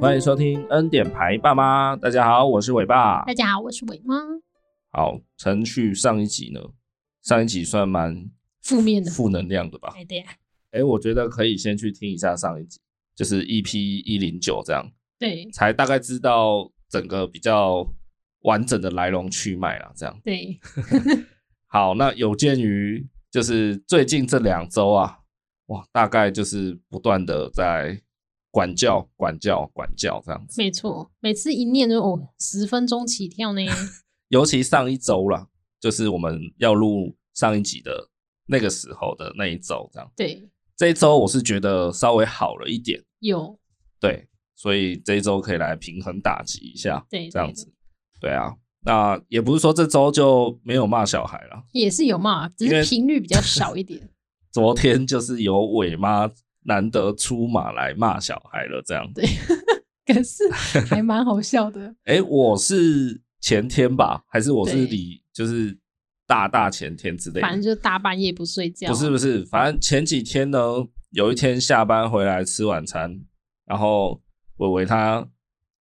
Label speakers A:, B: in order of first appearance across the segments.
A: 欢迎收听《恩典牌爸妈》，大家好，我是伟爸
B: 大。家好，我是伟妈。
A: 好，程序上一集呢，上一集算蛮
B: 负面的，
A: 负能量的吧？
B: 哎对啊
A: 哎，我觉得可以先去听一下上一集，就是 EP 一零九这样，
B: 对
A: 才大概知道整个比较完整的来龙去脉啦。这样
B: 对，
A: 好，那有鉴于就是最近这两周啊，哇，大概就是不断的在管教、管教、管教这样子，
B: 没错，每次一念就哦，十分钟起跳呢。
A: 尤其上一周啦，就是我们要录上一集的那个时候的那一周，这样。
B: 对，
A: 这一周我是觉得稍微好了一点，
B: 有
A: 对，所以这一周可以来平衡打击一下，
B: 对
A: 这样子，对啊。那也不是说这周就没有骂小孩了，
B: 也是有嘛，只
A: 因为
B: 是频率比较少一点。
A: 昨天就是有伟妈难得出马来骂小孩了，这样。
B: 对，可是还蛮好笑的。
A: 哎、我是前天吧，还是我是
B: 对
A: 礼，就是大大前天之类的，
B: 反正就大半夜不睡觉，
A: 不是不
B: 嗯
A: 是，反正前几天呢，有一天下班回来吃晚餐，然后伟伟他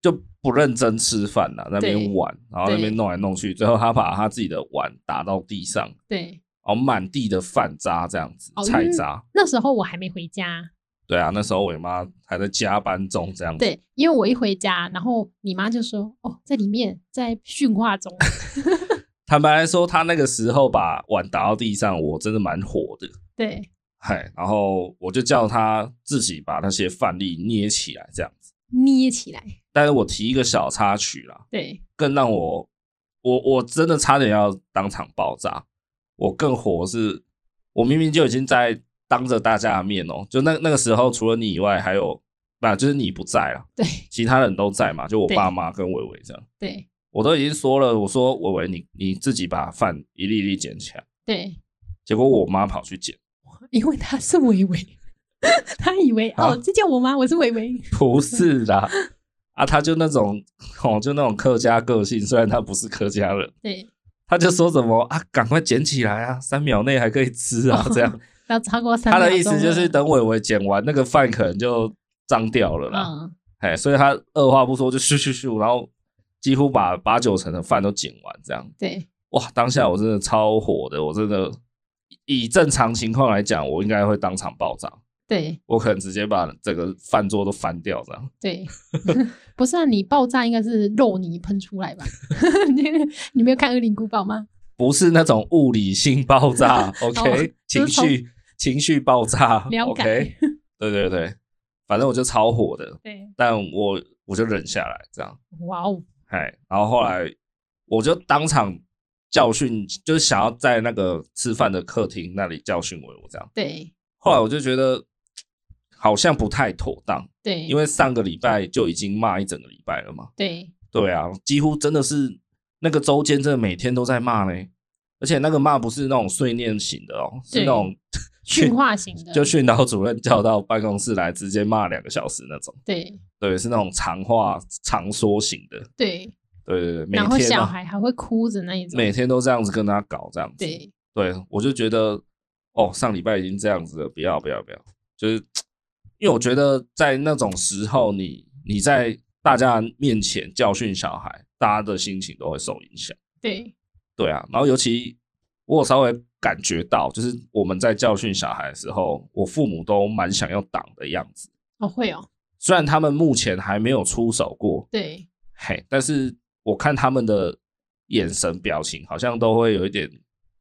A: 就不认真吃饭了，那边
B: 对
A: 玩，然后那边
B: 对
A: 弄来弄去，最后他把他自己的碗打到地上，然
B: 对，
A: 后满地的饭渣这样子，
B: 哦
A: 菜
B: 因为
A: 渣。
B: 那时候我还没回家，
A: 对啊，那时候伟妈还在加班中这样子。
B: 对，因为我一回家，然后你妈就说：“哦，在里面在训话中。
A: 坦白来说，他那个时候把碗打到地上，我真的蛮火的。”
B: 对，
A: 嗨，然后我就叫他自己把那些饭粒捏起来这样子。
B: 捏起来，
A: 但是我提一个小插曲啦，
B: 对，
A: 更让我，我我真的差点要当场爆炸。我更火的是，我明明就已经在当着大家的面哦、就那那个时候，除了你以外，还有那、就是你不在了，
B: 对，
A: 其他人都在嘛，就我
B: 对
A: 爸妈跟伟伟这样，
B: 对，
A: 我都已经说了，我说伟伟，你你自己把饭一粒一粒捡起来，
B: 对，
A: 结果我妈跑去捡，
B: 因为她是维维，她以为
A: 啊
B: 哦，这叫我妈，我是维维。
A: 不是啦，啊，他就那种哦，就那种客家个性，虽然他不是客家人，
B: 对，
A: 他就说什么啊，赶快捡起来啊，三秒内还可以吃啊，这样。
B: 要超过哦 三
A: 他
B: 秒
A: 的意思
B: 钟
A: 就是
B: 了
A: 等伟伟剪完那个饭，可能就脏掉了啦。
B: 嗯，
A: 哎、所以他二话不说就咻咻咻，然后几乎把八九成的饭都剪完，这样。
B: 对，
A: 哇，当下我真的超火的，我真的以正常情况来讲，我应该会当场爆炸，
B: 对，
A: 我可能直接把整个饭桌都翻掉这样。
B: 对， 不是啊，你爆炸应该是肉泥喷出来吧？ 你你没有看《恶灵古堡》吗？
A: 不是那种物理性爆 炸，OK，、
B: 哦就
A: 情
B: 是从
A: 绪情绪爆炸
B: 了解
A: ，OK，对对对，反正我就超火的，
B: 对，
A: 但我我就忍下来这样。
B: 哇哦，
A: 哎，然后后来我就当场教训，就是想要在那个吃饭的客厅那里教训我，我这样。
B: 对
A: 后来我就觉得好像不太妥当，
B: 对，
A: 因为上个礼拜就已经骂一整个礼拜了嘛。
B: 对
A: 对啊，几乎真的是那个周间，真的每天都在骂嘞。而且那个骂不是那种碎念型的哦，是
B: 对
A: 那种
B: 驯化型的，
A: 就训导主任叫到办公室来，直接骂两个小时那种。
B: 对
A: 对，是那种长话长说型的。
B: 对，
A: 对对对，每
B: 然后
A: 天、
B: 小
A: 啊、
B: 孩还会哭着那一种，
A: 每天都这样子跟他搞这样子。
B: 对
A: 对，我就觉得哦，上礼拜已经这样子了，不要不要不要，就是因为我觉得在那种时候你，你在大家面前教训小孩，大家的心情都会受影响。
B: 对
A: 对啊，然后尤其我有稍微感觉到，就是我们在教训小孩的时候，我父母都蛮想要挡的样子。
B: 哦会哦，
A: 虽然他们目前还没有出手过，
B: 对
A: 嘿，但是我看他们的眼神表情，好像都会有一点，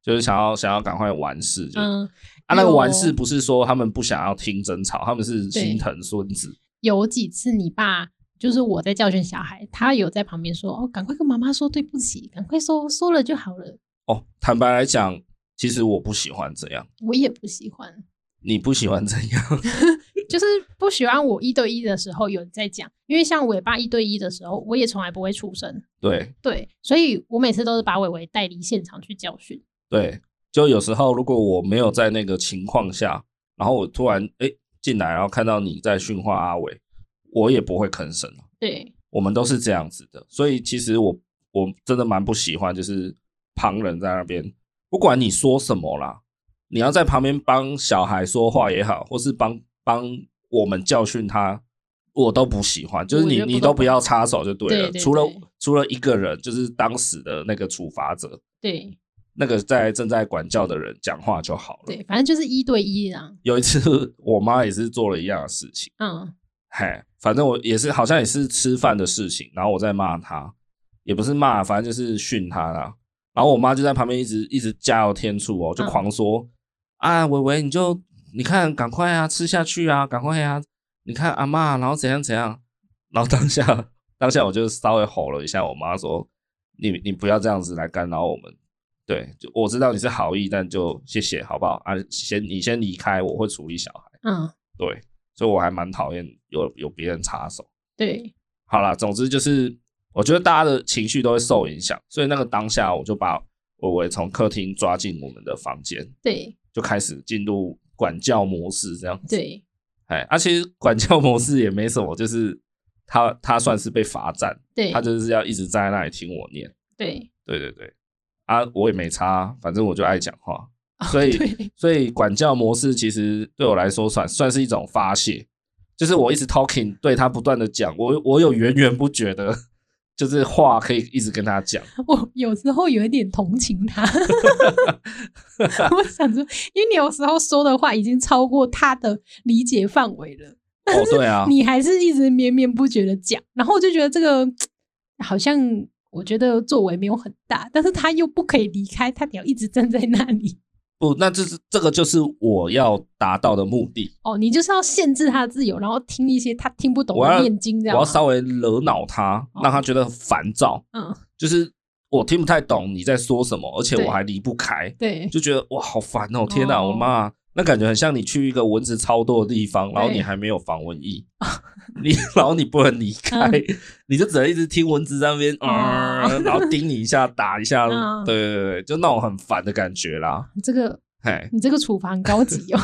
A: 就是想要想要赶快完事。就、
B: 嗯，
A: 啊，那个
B: 有
A: 完事不是说他们不想要听争吵，他们是心疼孙子。
B: 有几次你爸。就是我在教训小孩，他有在旁边说：“哦，赶快跟妈妈说对不起，赶快说，说了就好了。
A: 哦，坦白来讲，其实我不喜欢这样，”
B: 我也不喜欢，
A: 你不喜欢这样，
B: 就是不喜欢我一对一的时候有人在讲，因为像尾巴一对一的时候，我也从来不会出声，
A: 对
B: 对，所以我每次都是把伟伟带离现场去教训。
A: 对。就有时候如果我没有在那个情况下，然后我突然哎进来，然后看到你在训话阿伟，我也不会吭声。
B: 对
A: 我们都是
B: 嗯
A: 这样子的，所以其实我我真的蛮不喜欢，就是旁人在那边，不管你说什么啦，你要在旁边帮小孩说话也好，或是帮帮我们教训他，我都不喜欢，就是
B: 我
A: 你
B: 觉得不
A: 你
B: 懂啊
A: 都不要插手就对了。
B: 对对
A: 除了
B: 对
A: 除了一个人，就是当时的那个处罚者，
B: 对
A: 那个在正在管教的人讲话就好了。
B: 对，反正就是一对一啊，
A: 有一次 我妈也是做了一样的事情，
B: 嗯，
A: 嘿，反正我也是好像也是吃饭的事情，然后我在骂她，也不是骂，反正就是训她啦。然后我妈就在旁边一直一直加油添醋哦，就
B: 嗯
A: 狂说、啊，伟伟你就你看赶快啊，吃下去啊，赶快啊，你看阿妈，然后怎样怎样，然后当下当下我就稍微吼了一下我妈说，你你不要这样子来干扰我们。对，就我知道你是好意，但就谢谢，好不好？啊，先你先离开，我会处理小孩。
B: 嗯，
A: 对，所以我还蛮讨厌有有别人插手。
B: 对，
A: 好啦，总之就是我觉得大家的情绪都会受影响，所以那个当下我就把伟伟从客厅抓进我们的房间，
B: 对，
A: 就开始进入管教模式这样子。，
B: 对，
A: 哎，啊，其实管教模式也没什么，就是他他算是被罚站，
B: 对，
A: 他就是要一直站在那里听我念。
B: 对，
A: 对对对，啊，我也没差，反正我就爱讲话，所 以
B: 对，
A: 所以管教模式其实对我来说算算是一种发泄，就是我一直 talking 对他不断的讲，我我有源源不绝的，就是话可以一直跟他 讲。
B: 我有时候有一点同情 他，我想说，因为你有时候说的话已经超过他的理解范围了，
A: 哦，对啊，
B: 你还是一直绵绵不绝的讲，然后我就觉得这个好像我觉得作为没有很大，但是他又不可以离开，他得要一直站在那里。
A: 不，那这是这个就是我要达到的目的，
B: 哦，你就是要限制他的自由，然后听一些他听不懂
A: 我要
B: 的念经，这
A: 我
B: 样
A: 要
B: 吗。
A: 稍微惹恼他，
B: 哦
A: 让他觉得很烦躁，
B: 嗯，
A: 就是我听不太懂你在说什么，而且
B: 对
A: 我还离不开，
B: 对
A: 就觉得哇好烦哦，天哪，
B: 哦
A: 我妈。那感觉很像你去一个蚊子超多的地方，然后
B: 对哦
A: 你还没有防蚊液， 你然后你不能离开，你就只能一直听蚊子在那边，啊、
B: 嗯哦
A: 然后叮你一下，打一下，
B: 嗯
A: 对对对，就那种很烦的感觉啦。
B: 这个
A: 嘿，
B: 你这个处罚很高级 哦。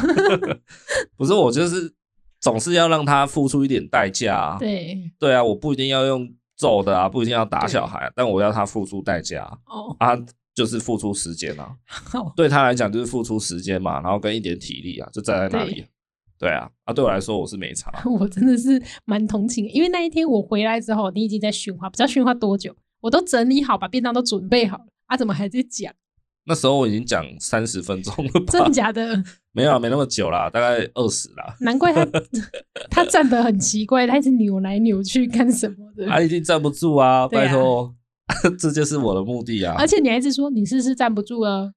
A: 不是我就是总是要让他付出一点代价、啊，
B: 对
A: 对啊，我不一定要用揍的啊，不一定要打小孩，但我要他付出代价啊
B: 哦，
A: 啊，就是付出时间啊。
B: 好
A: 对他来讲就是付出时间嘛，然后跟一点体力啊，就站在那里。对啊，啊，对我来说我是没 差。
B: 我真的是蛮同情，因为那一天我回来之后，你已经在训话，不知道训话多久，我都整理好，把便当都准备好了，啊，怎么还在讲？
A: 那时候我已经讲三十分钟了
B: 真
A: 吧
B: 的？假的？
A: 没有啊，没那么久啦，大概二十啦。
B: 难怪他他站得很奇怪，他一直扭来扭去干什么的。
A: 他一定站不住啊，
B: 嗯对啊
A: 拜托， 这就是我的目的啊
B: 而。且你还是说你是不是站不住啊？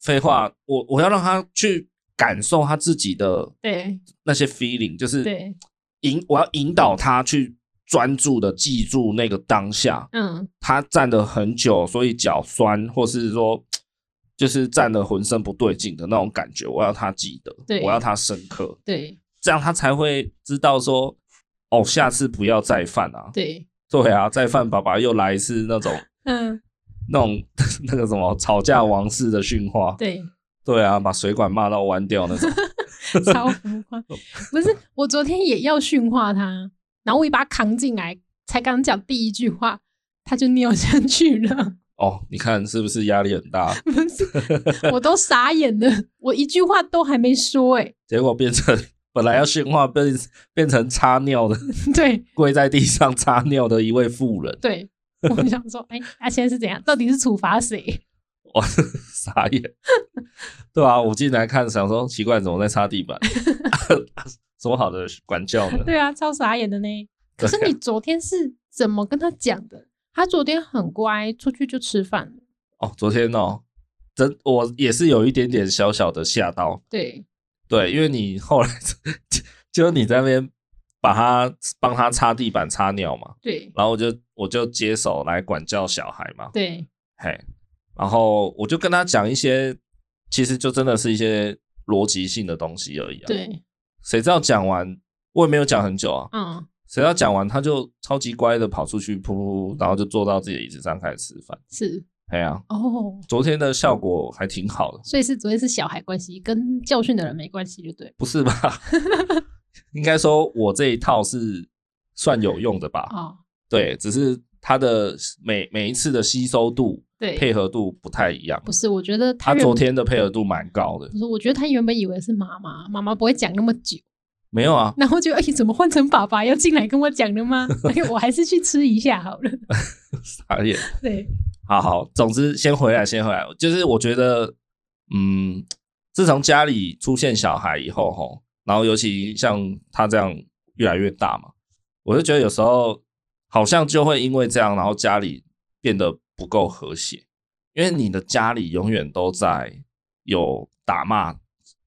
A: 废话，我我要让他去感受他自己的
B: 对
A: 那些 feeling，就是
B: 对，
A: 引我要引导他去专注的记住那个当下。
B: 嗯，
A: 他站了很久，所以脚酸，或是说就是站的浑身不对劲的那种感觉，我要他记得，
B: 对
A: 我要他深刻，
B: 对
A: 这样他才会知道说，哦，下次不要再犯啊。
B: 对，
A: 对啊，再犯爸爸又来一次那种
B: 嗯
A: 那种 那个什么吵架王式的训话，
B: 对，
A: 对啊，把水管骂到弯掉那种。
B: 超浮夸。不是，我昨天也要训话他，然后我一把他扛进来，才刚讲第一句话，他就尿下去了。
A: 哦，你看是不是压力很大？
B: 不是， 我都傻眼了，我一句话都还没说、欸，
A: 结果变成本来要训话变变成擦尿的，
B: 对
A: 跪在地上擦尿的一位妇人。
B: 对，我想说，哎、他、现在是怎样？到底是处罚谁？
A: 我 傻眼，对啊，我进来看，想说奇怪，怎么在擦地 板？ 什么好的管教呢？
B: 对啊，超傻眼的呢。可是
A: 对啊
B: 你昨天是怎么跟他讲的？他昨天很乖，出去就吃饭了。
A: 哦，昨天哦，真我也是有一点点小小的吓到，
B: 对
A: 对，因为你后来 就是你在那边把他帮他擦地板、擦尿嘛，
B: 对
A: 然后我就我就接手来管教小孩嘛，
B: 对
A: 嘿，然后我就跟他讲一些，其实就真的是一些逻辑性的东西而已啊。，
B: 对，
A: 谁知道讲完我也没有讲很久啊，
B: 嗯，
A: 谁要讲完，他就超级乖的跑出去，噗噗噗，然后就坐到自己的椅子上开始吃饭。
B: 是
A: 哎呀、
B: 哦，
A: 昨天的效果还挺好的，
B: 所以是昨天是小孩关系，跟教训的人没关系，就对了。
A: 不是吧？ 应该说我这一套是算有用的吧？
B: 哦，
A: 对，只是它的每每一次的吸收度、
B: 对，
A: 配合度不太一样。
B: 不是，我觉得他
A: 他
B: 原
A: 昨天的配合度蛮高的
B: 不，是，我觉得他原本以为是妈妈，妈妈不会讲那么久。
A: 没有啊，
B: 然后就哎，怎么换成爸爸要进来跟我讲了吗？ 哎，我还是去吃一下好了。
A: 傻眼。
B: 对，
A: 好好，总之先回来，先回来。就是我觉得，嗯，自从家里出现小孩以后，吼，然后尤其像他这样越来越大嘛，我就觉得有时候好像就会因为这样，然后家里变得不够和谐，因为你的家里永远都在有打骂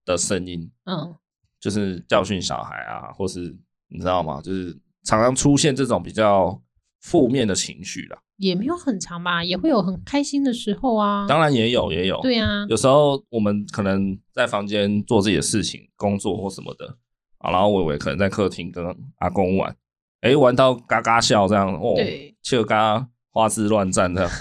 A: 的声音，
B: 嗯，
A: 就是教训小孩啊，或是你知道吗？就是常常出现这种比较负面的情绪啦。
B: 也没有很长吧，也会有很开心的时候啊。
A: 当然也有，也有，
B: 对啊，
A: 有时候我们可能在房间做自己的事情、工作或什么的，啊，然后伟伟可能在客厅跟阿公玩，诶，玩到嘎嘎笑这样，哦，
B: 对
A: 切嘎花枝乱颤 这样，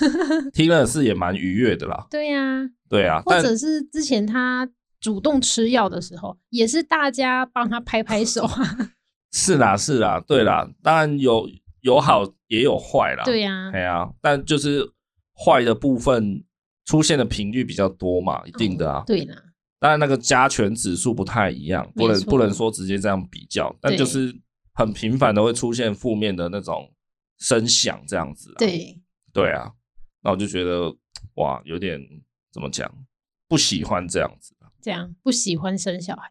A: 听了是也蛮愉悦的啦，
B: 对啊，
A: 对啊，
B: 或
A: 但
B: 者是之前他主动吃药的时候，也是大家帮他拍拍手 啊。
A: 是啦是啦，对啦，当然有有好也有坏啦，
B: 对啊，
A: 哎呀、但就是坏的部分出现的频率比较多嘛，一定的啊，
B: 嗯对啦，
A: 当然，那个加权指数不太一样，不能
B: 没错
A: 不能说直接这样比较，但
B: 对
A: 就是很频繁的会出现负面的那种声响这样子、啊。
B: 对，
A: 对啊，那我就觉得哇，有点怎么讲，不喜欢这样子，
B: 这样不喜欢生小孩。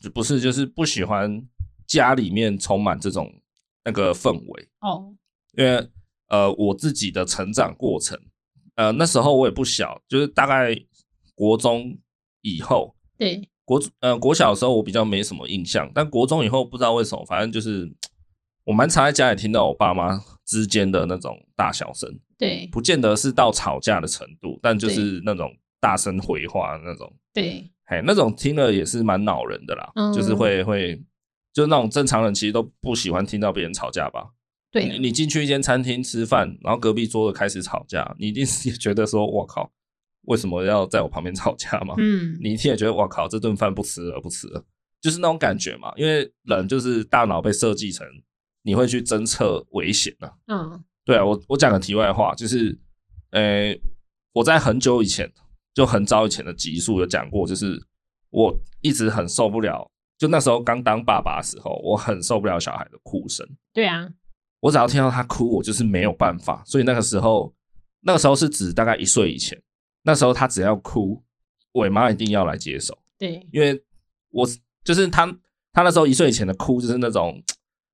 A: 就不是就是不喜欢家里面充满这种那个氛围，
B: 哦，
A: 因为呃我自己的成长过程，呃那时候我也不小，就是大概国中以后，
B: 对，
A: 国呃国小的时候我比较没什么印象，但国中以后不知道为什么，反正就是我蛮常在家里听到我爸妈之间的那种大小声，
B: 对，
A: 不见得是到吵架的程度，但就是那种大声回话那种，
B: 对，
A: 嘿，那种听了也是蛮恼人的啦，
B: 嗯
A: 就是会会。就是那种正常人其实都不喜欢听到别人吵架吧？你
B: 对，啊
A: 你进去一间餐厅吃饭，然后隔壁桌的开始吵架，你一定是 觉得说“我靠，为什么要在我旁边吵架嘛？”
B: 嗯，
A: 你一听也觉得哇靠，这顿饭不吃了不吃了，就是那种感觉嘛。因为人就是大脑被设计成你会去侦测危险啊。
B: 嗯，
A: 对啊，我我讲个题外话，就是，呃，我在很久以前，就很早以前的集数有讲过，就是我一直很受不了，就那时候刚当爸爸的时候，我很受不了小孩的哭声。
B: 对啊，
A: 我只要听到他哭，我就是没有办法。所以那个时候，那个时候是指大概一岁以前，那时候他只要哭，伟妈一定要来接手。
B: 对，
A: 因为我就是他，他那时候一岁以前的哭，就是那种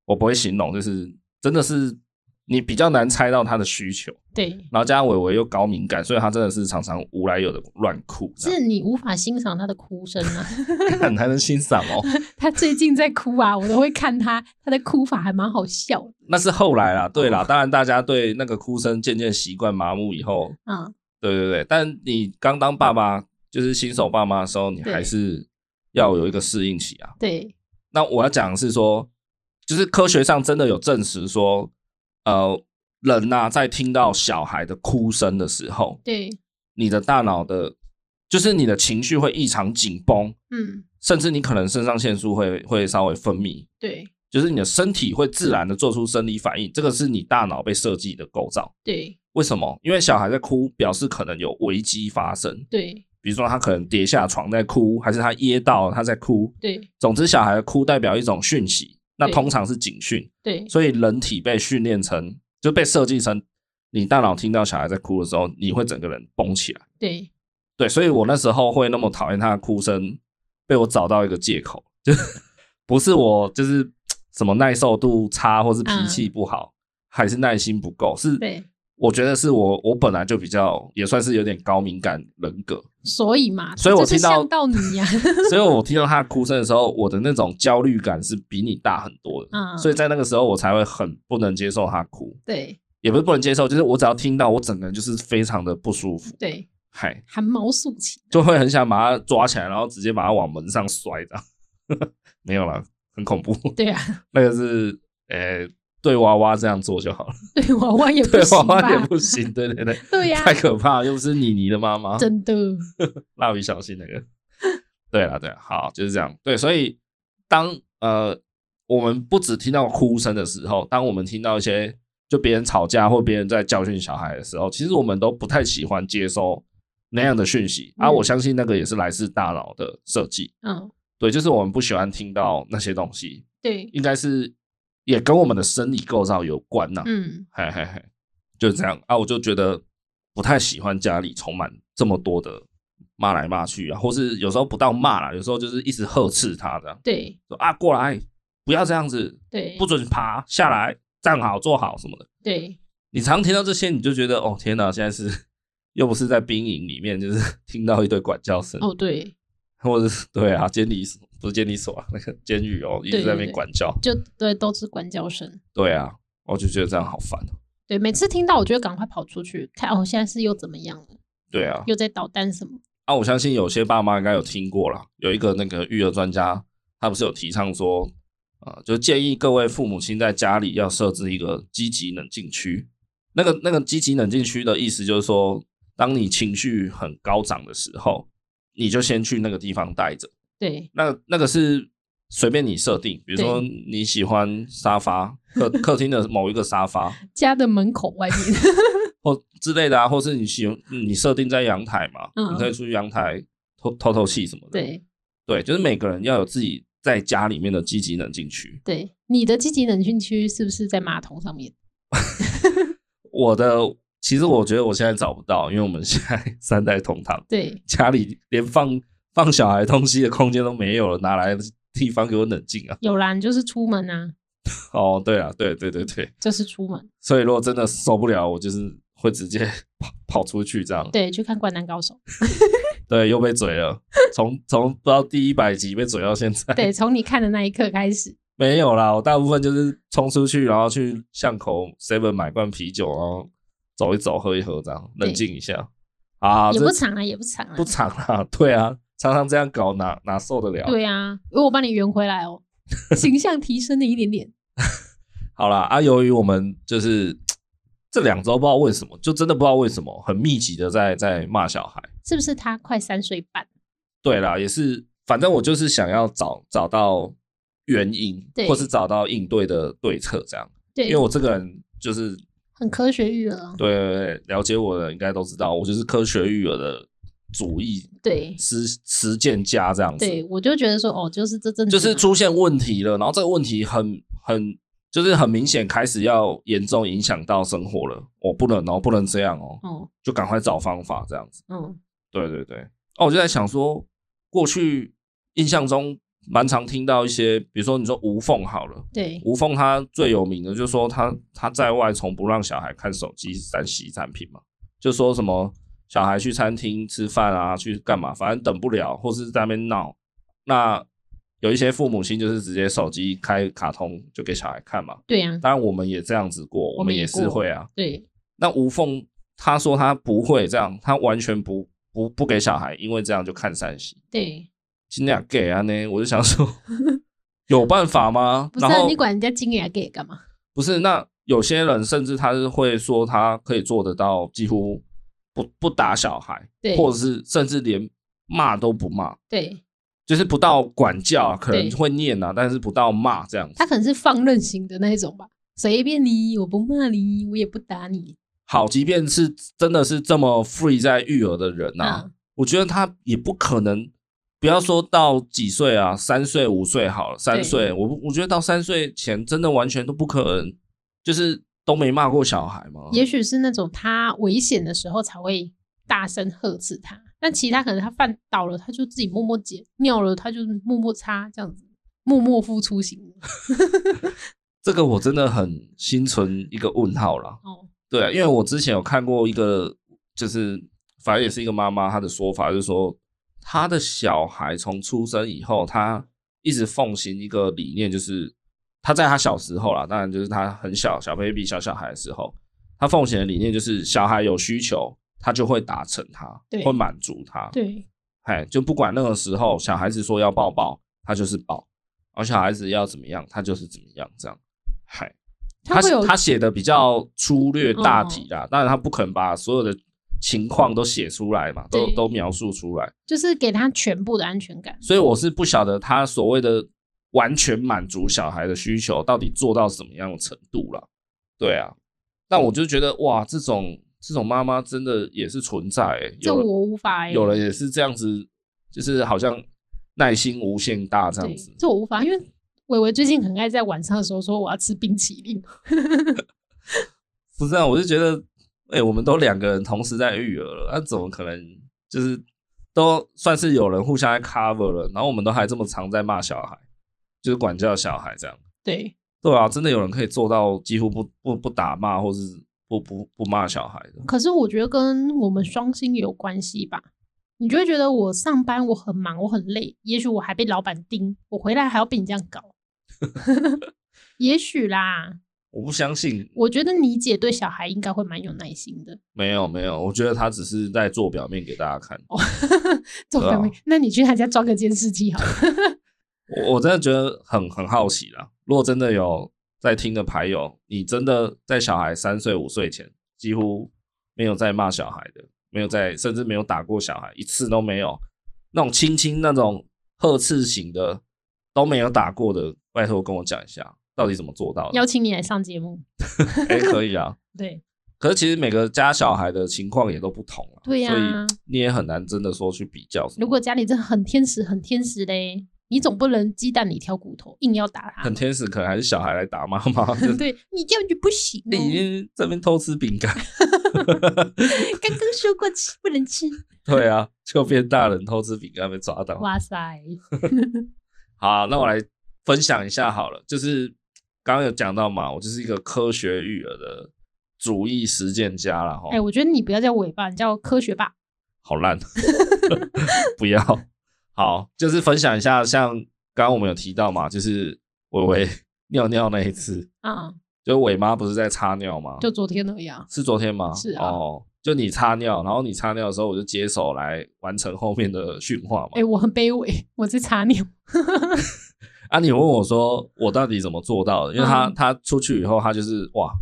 A: 我不会形容，就是真的是你比较难猜到他的需求，
B: 对，
A: 然后加上伟伟又高敏感，所以他真的是常常无来由的乱哭，这样
B: 是你无法欣赏他的哭声啊。
A: 看还能欣赏哦。
B: 他最近在哭啊，我都会看他，他的哭法还蛮好笑的。
A: 那是后来啦，对啦，当然大家对那个哭声渐渐习惯麻木以后，
B: 嗯，
A: 对对对，但你刚当爸爸就是新手爸妈的时候，你
B: 对
A: 还是要有一个适应期啊。
B: 对，
A: 那我要讲的是说，就是科学上真的有证实说，呃，人呐、在听到小孩的哭声的时候，
B: 对，
A: 你的大脑的，就是你的情绪会异常紧绷，
B: 嗯，
A: 甚至你可能肾上腺素会会稍微分泌，
B: 对，
A: 就是你的身体会自然的做出生理反应，这个是你大脑被设计的构造。
B: 对，
A: 为什么？因为小孩在哭，表示可能有危机发生，
B: 对，
A: 比如说他可能跌下床在哭，还是他噎到他在哭。
B: 对，
A: 总之，小孩的哭代表一种讯息，那
B: 对
A: 通常是警讯。
B: 对，
A: 所以人体被训练成，就被设计成，你大脑听到小孩在哭的时候，你会整个人绷起来。
B: 对，
A: 对，所以我那时候会那么讨厌他的哭声，被我找到一个借口， 就不是我就是什么耐受度差，或是脾气不好，还是耐心不够，是
B: 啊对，
A: 我觉得是我我本来就比较也算是有点高敏感人格，
B: 所以嘛，
A: 所以我
B: 这就是
A: 听到
B: 像到你 呀、
A: 所以我听到他的哭声的时候，我的那种焦虑感是比你大很多的，
B: 嗯
A: 所以在那个时候我才会很不能接受他哭。
B: 对，
A: 也不是不能接受，就是我只要听到，我整个人就是非常的不舒服，
B: 对，
A: 嗨，
B: 汗毛竖起，
A: 就会很想把它抓起来，然后直接把它往门上摔的。 没有啦，很恐怖。
B: 对啊，
A: 那个是，呃、对娃娃这样做就好了，
B: 对娃娃也不
A: 对
B: 行
A: 娃
B: 吧？
A: 娃也不行。对对对，
B: 对呀、
A: 太可怕了，又不是妮妮的妈妈，
B: 真的，
A: 蜡笔小新那个。 对了，对啦，好，就是这样。对，所以当呃我们不只听到哭声的时候，当我们听到一些就别人吵架或别人在教训小孩的时候，其实我们都不太喜欢接收那样的讯息。啊，
B: 嗯
A: 我相信那个也是来自大脑的设计。
B: 嗯，
A: 对，就是我们不喜欢听到那些东西，
B: 对，
A: 应该是也跟我们的生理构造有关呐、
B: 嗯，
A: 嘿嘿嘿，就是这样啊，我就觉得不太喜欢家里充满这么多的骂来骂去啊，或是有时候不到骂啦，有时候就是一直呵斥他这样
B: 对
A: 说啊过来，不要这样子，
B: 对
A: 不准爬下来，站好坐好什么的。
B: 对
A: 你常听到这些，你就觉得哦天哪，现在是又不是在兵营里面，就是 听到一堆管教声，
B: 哦对，
A: 或者是对啊监理所不是监理所啊，那个监狱哦，一直在那
B: 对对
A: 边
B: 对
A: 管教，
B: 就对都是管教声。
A: 对啊，我就觉得这样好烦哦。
B: 对，每次听到我就会赶快跑出去看，哦，现在是又怎么样了？
A: 对啊，
B: 又在捣蛋什么？
A: 啊，我相信有些爸妈应该有听过啦，有一个那个育儿专家，他不是有提倡说，呃，就建议各位父母亲在家里要设置一个积极冷静区。那个那个积极冷静区的意思就是说，当你情绪很高涨的时候，你就先去那个地方待着。
B: 对
A: 那那个是随便你设定，比如说你喜欢沙发客客厅的某一个沙发，
B: 家的门口外面，
A: 或之类的啊，或是你喜嗯你设定在阳台嘛，
B: 嗯
A: 你可以出去阳台透透透气什么的。
B: 对嗯
A: 对，就是每个人要有自己在家里面的积极冷静区。
B: 对，你的积极冷静区是不是在马桶上面？
A: 我的其实我觉得我现在找不到，因为我们现在 三代同堂，
B: 对
A: 家里连放放小孩东西的空间都没有了，哪来的地方给我冷静啊？
B: 有啦，你就是出门啊，
A: 哦，对啊，对对对对，
B: 就是出门，
A: 所以如果真的受不了，我就是会直接 跑跑出去这样。
B: 对，去看《灌篮高手》。
A: 对，又被嘴了，从从不知道第一百集被嘴到现在。
B: 对，从你看的那一刻开始，
A: 没有啦，我大部分就是冲出去，然后去巷口 Seven 买罐啤酒，然后走一走，喝一喝，这样
B: 对
A: 冷静一下啊。
B: 也
A: 这
B: 不长啊，也不长啊
A: 不。长啦，对啊，常常这样搞哪哪受得了？
B: 对啊，如果我帮你圆回来 哦，形象提升了一点点。
A: 好啦，啊，由于我们就是这两周不知道为什么，就真的不知道为什么，很密集的在在骂小孩。
B: 是不是他快三岁半？
A: 对啦，也是，反正我就是想要找找到原因
B: 对，
A: 或是找到应对的对策，这样。因
B: 对
A: 为，我这个人就是
B: 很科学育儿啊。
A: 对对对，了解我的应该都知道，我就是科学育儿的主义
B: 对，
A: 实实践家这样子。
B: 对，我就觉得说，哦，就是这阵子
A: 就是
B: 嘛
A: 出现问题了，然后这个问题很很就是很明显，开始要严重影响到生活了。我不能哦，不能这样哦，
B: 哦，
A: 就赶快找方法这样子。
B: 嗯，
A: 对对对，哦，我就在想说，过去印象中蛮常听到一些，比如说你说无缝好了，
B: 对，
A: 无缝他最有名的就是说他他在外从不让小孩看手机、三 C 产品嘛，就说什么小孩去餐厅吃饭啊，去干嘛，反正等不了，或是在那边闹。那有一些父母亲就是直接手机开卡通就给小孩看嘛，
B: 对呀、啊，
A: 当然我们也这样子过，我
B: 我们
A: 们
B: 也
A: 也是
B: 过
A: 会啊。
B: 对，
A: 那无缝他说他不会这样，他完全不不不给小孩，因为这样就看三 C。
B: 对，
A: 今天给啊呢，我就想 说有办法吗？
B: 不是、
A: 然
B: 啊、
A: 后
B: 你管人家金牙给干嘛？
A: 不是，那有些人甚至他是会说他可以做得到，几乎不不打小孩，
B: 对
A: 或者是甚至连骂都不骂，
B: 对
A: 就是不到管教啊，可能
B: 对
A: 会念啊，但是不到骂这样子。
B: 他可能是放任型的那一种吧，随便你，我不骂你，我也不打你，
A: 好，即便是真的是这么 free 在育儿的人啊，
B: 嗯
A: 我觉得他也不可能，不要说到几岁啊，三岁、五岁好了，三
B: 对
A: 岁，我不我觉得到三岁前真的完全都不可能，就是都没骂过小孩嘛。
B: 也许是那种他危险的时候才会大声呵斥他，但其他可能他饭倒了，他就自己默默解；尿了，他就默默擦，这样子默默付出型。
A: 这个我真的很心存一个问号啦。
B: 哦，
A: 对啊，因为我之前有看过一个，就是反正也是一个妈妈，她的说法就是说，她的小孩从出生以后，她一直奉行一个理念，就是她在她小时候啦，当然就是她很小小 baby 小小孩的时候，她奉行的理念就是小孩有需求，她就会达成他，
B: 对
A: 会满足他，
B: 对
A: 哎，就不管那个时候小孩子说要抱抱，他就是抱；而小孩子要怎么样，他就是怎么样，这样。嗨，
B: 他会有嗯
A: 他写的比较粗略大体啦，当然他不肯把所有的情况都写出来嘛，都
B: 对
A: 都描述出来，
B: 就是给他全部的安全感。
A: 所以我是不晓得他所谓的完全满足小孩的需求到底做到什么样的程度了。对啊，但我就觉得哇，这种这种妈妈真的也是存在、欸，
B: 这
A: 有人
B: 我无法、欸，
A: 有人也是这样子，就是好像耐心无限大这样
B: 对
A: 子，。
B: 这我无法，因为伟伟最近很爱在晚上的时候说我要吃冰淇淋，
A: 不是啊，我就觉得，哎、我们都两个人同时在育儿了，那、怎么可能就是都算是有人互相在 cover 了，然后我们都还这么常在骂小孩，就是管教小孩这样。
B: 对，
A: 对啊，真的有人可以做到几乎不不不打骂，或是不不不骂小孩的。
B: 可是我觉得跟我们双薪有关系吧。你就会觉得我上班我很忙，我很累，也许我还被老板盯，我回来还要被你这样 搞，也许啦。
A: 我不相信，
B: 我觉得你姐对小孩应该会蛮有耐心的。
A: 没有没有，我觉得他只是在做表面给大家看。
B: 这
A: 啊
B: 种表面，那你去他家装个监视器 好了。
A: 我我真的觉得很很好奇啦。如果真的有在听的牌友，你真的在小孩三岁五岁前几乎没有在骂小孩的，没有在甚至没有打过小孩一次都没有，那种轻轻那种呵斥型的都没有打过的，拜托跟我讲一下，到底怎么做到的
B: 邀？请你来上节目，
A: 哎、可以啊。
B: 对
A: 可是其实每个家小孩的情况也都不同啊，
B: 对呀、
A: 所以你也很难真的说去比较什么。
B: 如果家里真的很天使，很天使嘞，你总不能鸡蛋里挑骨头，硬要打他
A: 很
B: 嘛。
A: 天使，可能还是小孩来打妈妈，就是
B: 对哦你这样就不行、
A: 你已
B: 哦。
A: 经这边偷吃饼干，
B: 刚刚说过吃不能 吃。
A: 对啊，就变大人偷吃饼干被抓到。
B: 哇塞，
A: 好，那我来分享一下好了，就是刚刚有讲到嘛，我就是一个科学育儿的主义实践家了哈。
B: 哎、我觉得你不要叫尾巴，你叫科学吧。
A: 好烂， 不要。好，就是分享一下，像刚刚我们有提到嘛，就是伟伟尿尿那一次，
B: 啊、
A: 就是伟妈不是在擦尿吗？
B: 就昨天而已啊。
A: 是昨天吗？
B: 是啊
A: 哦，就你擦尿，然后你擦尿的时候，我就接手来完成后面的训话嘛。
B: 哎、我很卑微，我在擦 尿。
A: 啊，你有问我说我到底怎么做到的？因为他、
B: 嗯
A: 他出去以后，他就是哇，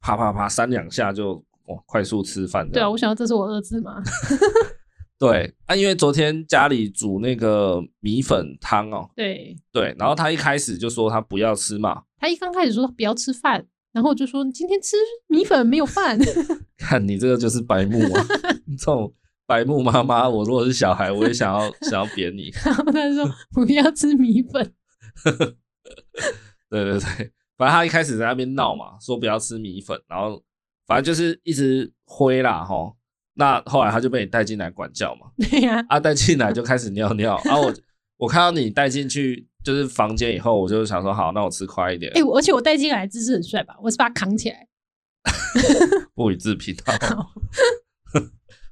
A: 啪啪啪三两下就哇快速吃饭这
B: 对啊，
A: 样。
B: 我想要这是我儿子 嘛。
A: 对啊，因为昨天家里煮那个米粉汤哦，
B: 对
A: 对，然后他一开始就说他不要吃嘛，
B: 他一刚开始说不要吃饭，然后我就说今天吃米粉没有饭。
A: 看你这个就是白目啊， 你这种白目妈妈，我如果是小孩，我也想要想要扁你。
B: 然后他 说不要吃米粉，
A: 对对对，反正他一开始在那边闹嘛，说不要吃米粉，然后反正就是一直挥啦吼。那后来他就被你带进来管教嘛。
B: 对呀、
A: 啊，带进来就开始尿尿。啊，我我看到你带进去就是房间以后，我就想说好，那我吃快一点
B: 哎、，我而且我带进来姿势很帅吧？我是把它扛起来，
A: 不予置评。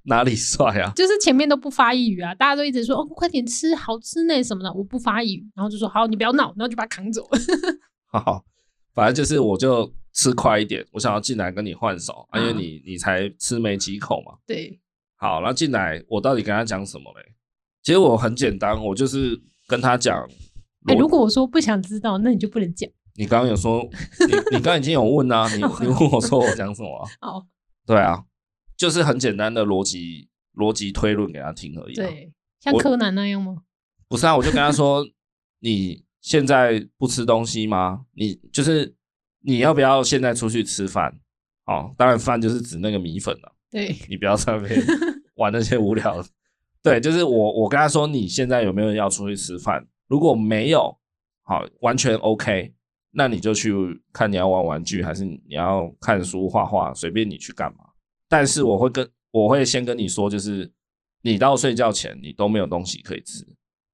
A: 哪里帅啊？
B: 就是前面都不发一语啊，大家都一直说哦，快点吃，好吃呢什么的，我不发一语，然后就说好，你不要闹，然后就把它扛走。
A: 好，反正就是我就吃快一点，我想要进来跟你换手，啊、因为
B: 嗯
A: 你你才吃没几口嘛。
B: 对，
A: 好，那进来我到底跟他讲什么嘞？其实我很简单，我就是跟他讲。
B: 哎、
A: 我
B: 如果我说不想知道，那你就不能讲
A: 你刚刚有说，你你刚刚已经有问啊，你 你问我说我讲什么啊？
B: 哦。
A: 对啊，就是很简单的逻辑逻辑推论给他听而已、啊。，
B: 对，像
A: 我
B: 柯南那样吗？
A: 不是啊，我就跟他说，你现在不吃东西吗？你就是你要不要现在出去吃饭？哦，当然饭就是指那个米粉了、
B: 对，
A: 你不要在那边玩那些无聊的。对，就是我我跟他说，你现在有没有要出去吃饭？如果没有，好，完全 OK，那你就去看你要玩玩具还是你要看书、画画，随便你去干嘛。但是我会跟我会先跟你说，就是你到睡觉前你都没有东西可以吃，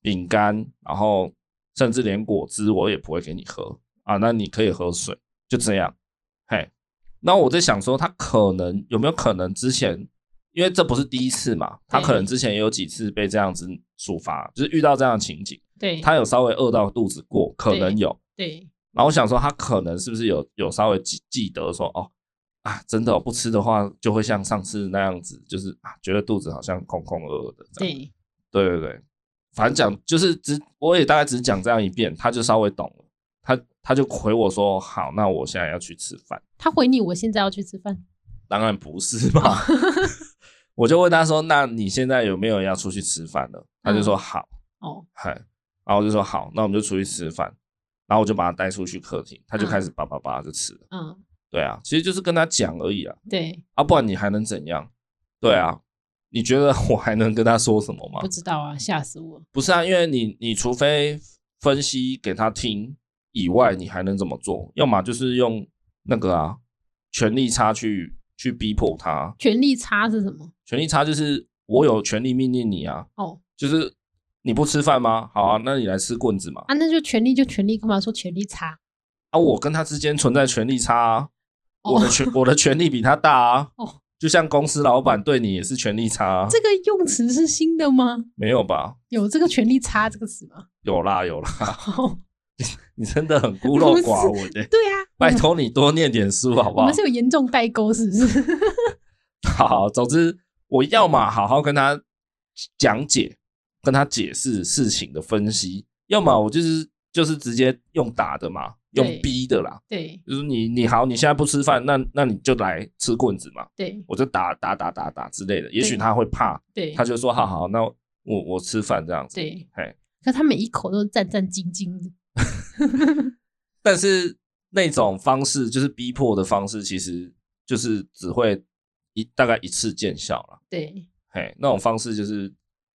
A: 饼干，然后甚至连果汁我也不会给你喝啊，那你可以喝水，就这样，嘿。那我在想说，他可能有没有可能之前，因为这不是第一次嘛，他可能之前也有几次被这样子处罚，就是遇到这样的情景，
B: 对，
A: 他有稍微饿到肚子过，可能
B: 对
A: 有。
B: 对，
A: 然后我想说，他可能是不是有有稍微记记得说，哦啊，真的、哦、不吃的话，就会像上次那样子，就是啊，觉得肚子好像空空饿饿的这样。
B: 对，
A: 对对对，反正讲就是只我也大概只讲这样一遍，他就稍微懂了，他他就回我说，好，那我现在要去吃饭。
B: 他回你，我现在要去吃饭。
A: 当然不是嘛，我就问他说，那你现在有没有要出去吃饭了？他就说好。
B: 哦，
A: 嗨，然后我就说好，那我们就出去吃饭。然后我就把他带出去客厅，他就开始叭叭叭就吃了。
B: 嗯，
A: 对啊，其实就是跟他讲而已啊，
B: 对，
A: 啊，不然你还能怎样？对啊，你觉得我还能跟他说什么吗
B: 不？知道啊，吓死我！
A: 不是啊，因为你你除非分析给他听以外，你还能怎么做？要么就是用那个啊权力差去去逼迫他，
B: 权力差是什么？
A: 权力差就是我有权利命令你啊，
B: 哦
A: 就是你不吃饭吗？好啊，那你来吃棍子嘛。
B: 啊，那就权力就权力，干嘛说权力差？
A: 啊，我跟他之间存在权力差、啊，
B: 哦
A: 我的权我的权力比他大啊。
B: 哦
A: 就像公司老板对你也是权力差、啊，
B: 这个用词是新的吗？
A: 没有吧？
B: 有这个权力差这个词吗？
A: 有啦有啦，
B: 哦，
A: 你真的很孤陋寡闻 的、
B: 对啊，
A: 拜托你多念点书好不
B: 我
A: 好
B: 们？是有严重代沟是不是？
A: 好，总之我要么好好跟他讲解，跟他解释事情的分析，要么我就是就是直接用打的嘛，
B: 对
A: 用逼的啦，
B: 对
A: 就是你你好，你现在不吃饭，那那你就来吃棍子嘛，
B: 对
A: 我就打打打打打之类的，也许他会怕，
B: 对
A: 他就说好好，那我我吃饭这样子，
B: 对
A: 嘿，
B: 可他每一口都是战战兢兢的。
A: 但是那种方式就是逼迫的方式，其实就是只会一大概一次见效啦。
B: 对，
A: 嘿，那种方式就是，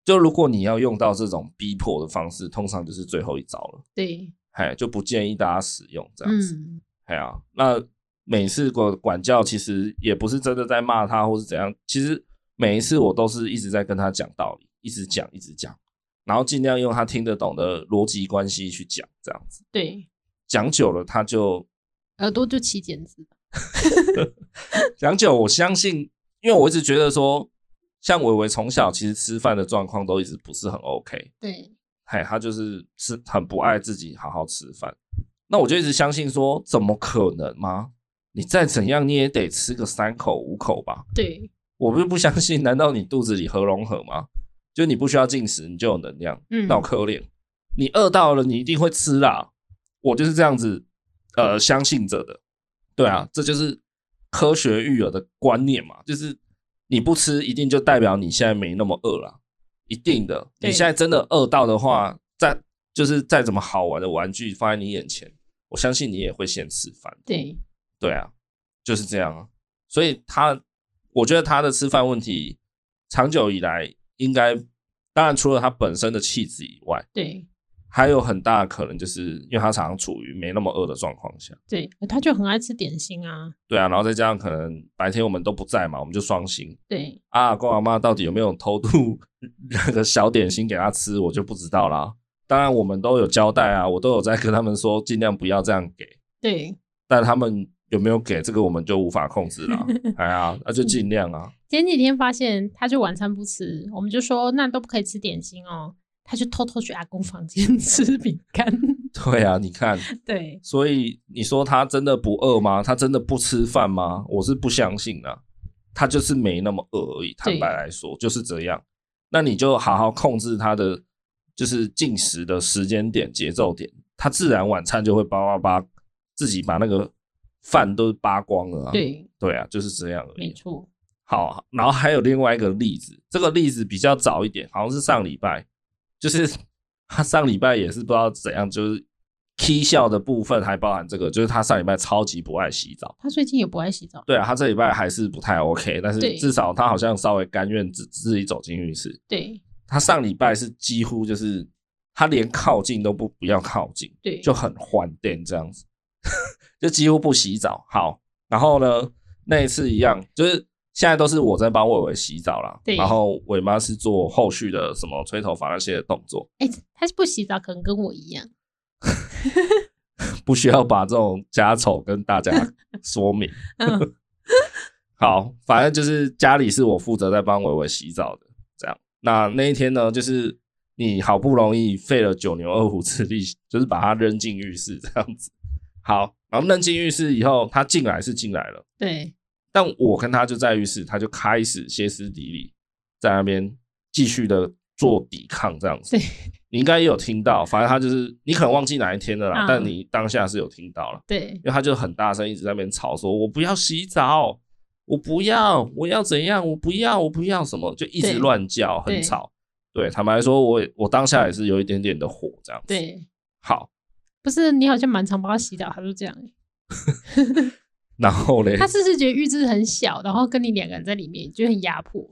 A: 就如果你要用到这种逼迫的方式，通常就是最后一招了，
B: 对，
A: 嘿，就不建议大家使用这样子，
B: 嗯，
A: 嘿啊，那每次管管教其实也不是真的在骂他或是怎样，其实每一次我都是一直在跟他讲道理，一直讲一直讲，然后尽量用他听得懂的逻辑关系去讲，这样子
B: 对，
A: 讲久了他就
B: 耳朵就起茧子。
A: 讲久，我相信，因为我一直觉得说，像伟伟从小其实吃饭的状况都一直不是很 OK，
B: 对，
A: 嘿，他就是是很不爱自己好好吃饭。那我就一直相信说，怎么可能吗？你再怎样你也得吃个三口五口吧？
B: 对，
A: 我就不相信，难道你肚子里合融合吗？就你不需要进食，你就有能量，
B: 嗯，
A: 那我可怜。你饿到了，你一定会吃啦。我就是这样子，呃，相信着的。对啊，这就是科学育儿的观念嘛，就是你不吃，一定就代表你现在没那么饿啦，一定的。
B: 对
A: 你现在真的饿到的话，再就是再怎么好玩的玩具放在你眼前，我相信你也会先吃饭。
B: 对，
A: 对啊，就是这样啊。所以他，我觉得他的吃饭问题，长久以来应该，当然除了他本身的气质以外，
B: 对，
A: 还有很大的可能就是因为他常常处于没那么饿的状况下。
B: 对，他就很爱吃点心啊。
A: 对啊，然后再加上可能白天我们都不在嘛，我们就双薪
B: 对，
A: 啊，公阿妈到底有没有偷渡 那个小点心给他吃，我就不知道啦。当然我们都有交代啊，我都有在跟他们说尽量不要这样给，
B: 对，
A: 但他们有没有给这个我们就无法控制 了。哎呀，那就尽量啊。
B: 前几天发现他就晚餐不吃，我们就说那都不可以吃点心哦。他就偷偷去阿公房间 吃饼干。
A: 对啊，你看，
B: 对，
A: 所以你说他真的不饿吗？他真的不吃饭吗？我是不相信的、他就是没那么饿而已。坦白来说，就是这样。那你就好好控制他的就是进食的时间点、节奏点，他自然晚餐就会叭叭叭自己把那个饭都扒光了、啊。
B: 对，
A: 对啊，就是这样而已
B: 没。错。
A: 好，然后还有另外一个例子，这个例子比较早一点，好像是上礼拜，就是 他上礼拜也是不知道怎样，就是 K 笑的部分还包含这个，就是他上礼拜超级不爱洗澡。
B: 他最近也不爱洗澡。
A: 对啊，他这礼拜还是不太 OK，但是
B: 对
A: 至少他好像稍微甘愿自自己走进浴室。
B: 对，
A: 他上礼拜是几乎就是他连靠近都不不要靠近，
B: 对，
A: 就很欢电这样子， 就几乎不洗澡。好，然后呢，那一次一样，就是现在都是我在帮伟伟洗澡啦，
B: 对
A: 然后伟妈是做后续的什么吹头发那些的动作，
B: 哎、他是不洗澡，可能跟我一样。
A: 不需要把这种家丑跟大家说明。
B: 嗯，
A: 好，反正就是家里是我负责在帮伟伟洗澡的，这样。那那一天呢，就是你好不容易费了九牛二虎之力，就是把他扔进浴室这样子。好，然后扔进浴室以后，他进来是进来了。
B: 对，
A: 但我跟他就在浴室，他就开始歇斯底里，在那边继续的做抵抗这样子
B: 对。
A: 你应该也有听到，反正他就是你可能忘记哪一天了啦，
B: 嗯
A: 但你当下是有听到了，
B: 对，
A: 因为他就很大声一直在那边吵说：“我不要洗澡，我不要，我要怎样，我不要，我不要什么”，就一直
B: 对
A: 乱叫，
B: 对
A: 很吵。对，坦白说，我也我当下也是有一点点的火这样子。，
B: 对，
A: 好，
B: 不是你好像蛮常帮他洗澡，他就这样、欸。
A: 然后嘞
B: 他，是不是觉得浴室很小，然后跟你两个人在里面，就很压迫？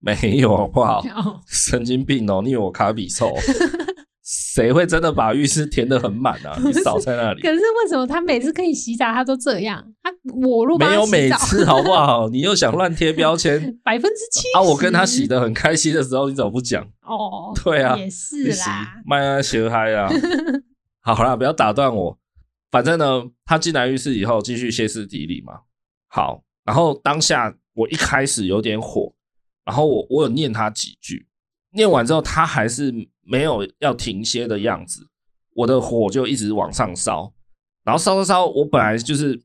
A: 没有好不 好？
B: 哦，
A: 神经病哦！你以为我卡比兽？谁会真的把浴室填得很满 啊？你少在那里
B: 可，是为什么他每次可以洗澡，他都这样？他我如果帮
A: 没
B: 他
A: 有每
B: 洗澡，
A: 次好不好？你又想乱贴标签
B: 百分之七
A: 啊！我跟他洗的很开心的时候，你怎么不讲？
B: 哦，
A: 对啊，
B: 也
A: 你
B: 是
A: 洗
B: 啦，
A: 卖啊，学嗨啊！好啦，不要打断我。反正呢，他进来浴室以后，继续歇斯底里嘛。好，然后当下我一开始有点火，然后我我有念他几句，念完之后他还是没有要停歇的样子，我的火就一直往上烧，然后烧烧烧，我本来就是，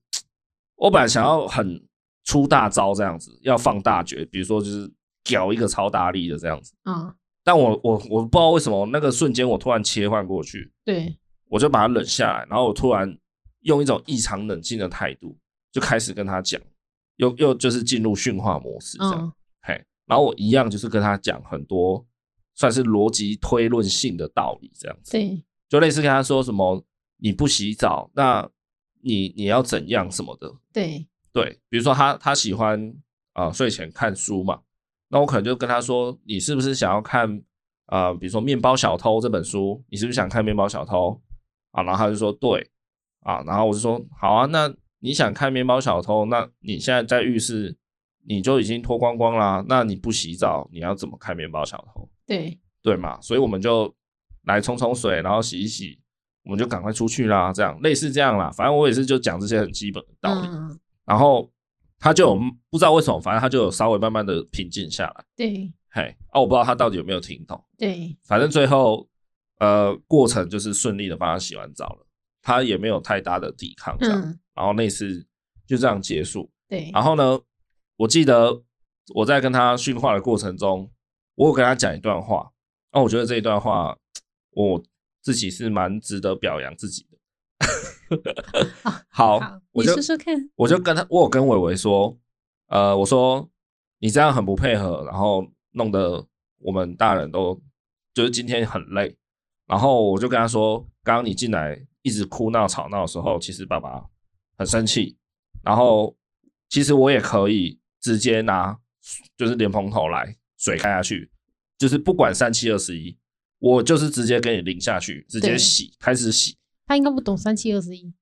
A: 我本来想要很出大招这样子，要放大绝，比如说就是屌一个超大力的这样子。
B: 啊，
A: 但我我我不知道为什么那个瞬间我突然切换过去，
B: 对，
A: 我就把他冷下来，然后我突然用一种异常冷静的态度就开始跟他讲，又又就是进入驯化模式这样，
B: 嗯
A: 嘿，然后我一样就是跟他讲很多算是逻辑推论性的道理这样子，
B: 对，
A: 就类似跟他说什么你不洗澡，那你你要怎样什么的，
B: 对，
A: 对，比如说他他喜欢啊、呃睡前看书嘛，那我可能就跟他说，你是不是想要看啊、呃比如说《面包小偷》这本书，你是不是想看《面包小偷》啊？然后他就说对啊，然后我就说好啊，那你想看《面包小偷》，那你现在在浴室你就已经脱光光啦，那你不洗澡，你要怎么看《面包小偷》？
B: 对，
A: 对嘛？所以我们就来冲冲水，然后洗一洗，我们就赶快出去啦，这样类似这样啦，反正我也是就讲这些很基本的道理。
B: 嗯，
A: 然后他就有不知道为什么，反正他就有稍微慢慢的平静下来。
B: 对，
A: 嘿，啊，我不知道他到底有没有听懂，
B: 对，
A: 反正最后呃过程就是顺利的帮他洗完澡了，他也没有太大的抵抗这样。
B: 嗯，
A: 然后那次就这样结束。
B: 对，
A: 然后呢，我记得我在跟他训话的过程中，我有跟他讲一段话，那、我觉得这一段话我自己是蛮值得表扬自己的。好，
B: 啊好，
A: 我
B: 你
A: 就
B: 说说看，
A: 我就跟他，我有跟伟伟说，呃，我说你这样很不配合，然后弄得我们大人都就是今天很累。然后我就跟他说，刚刚你进来一直哭闹吵闹的时候，其实爸爸很生气。然后其实我也可以直接拿就是莲蓬头来水开下去，就是不管三七二十一，我就是直接给你淋下去，直接
B: 对
A: 洗，开始洗。
B: 他应该不懂三七二十一，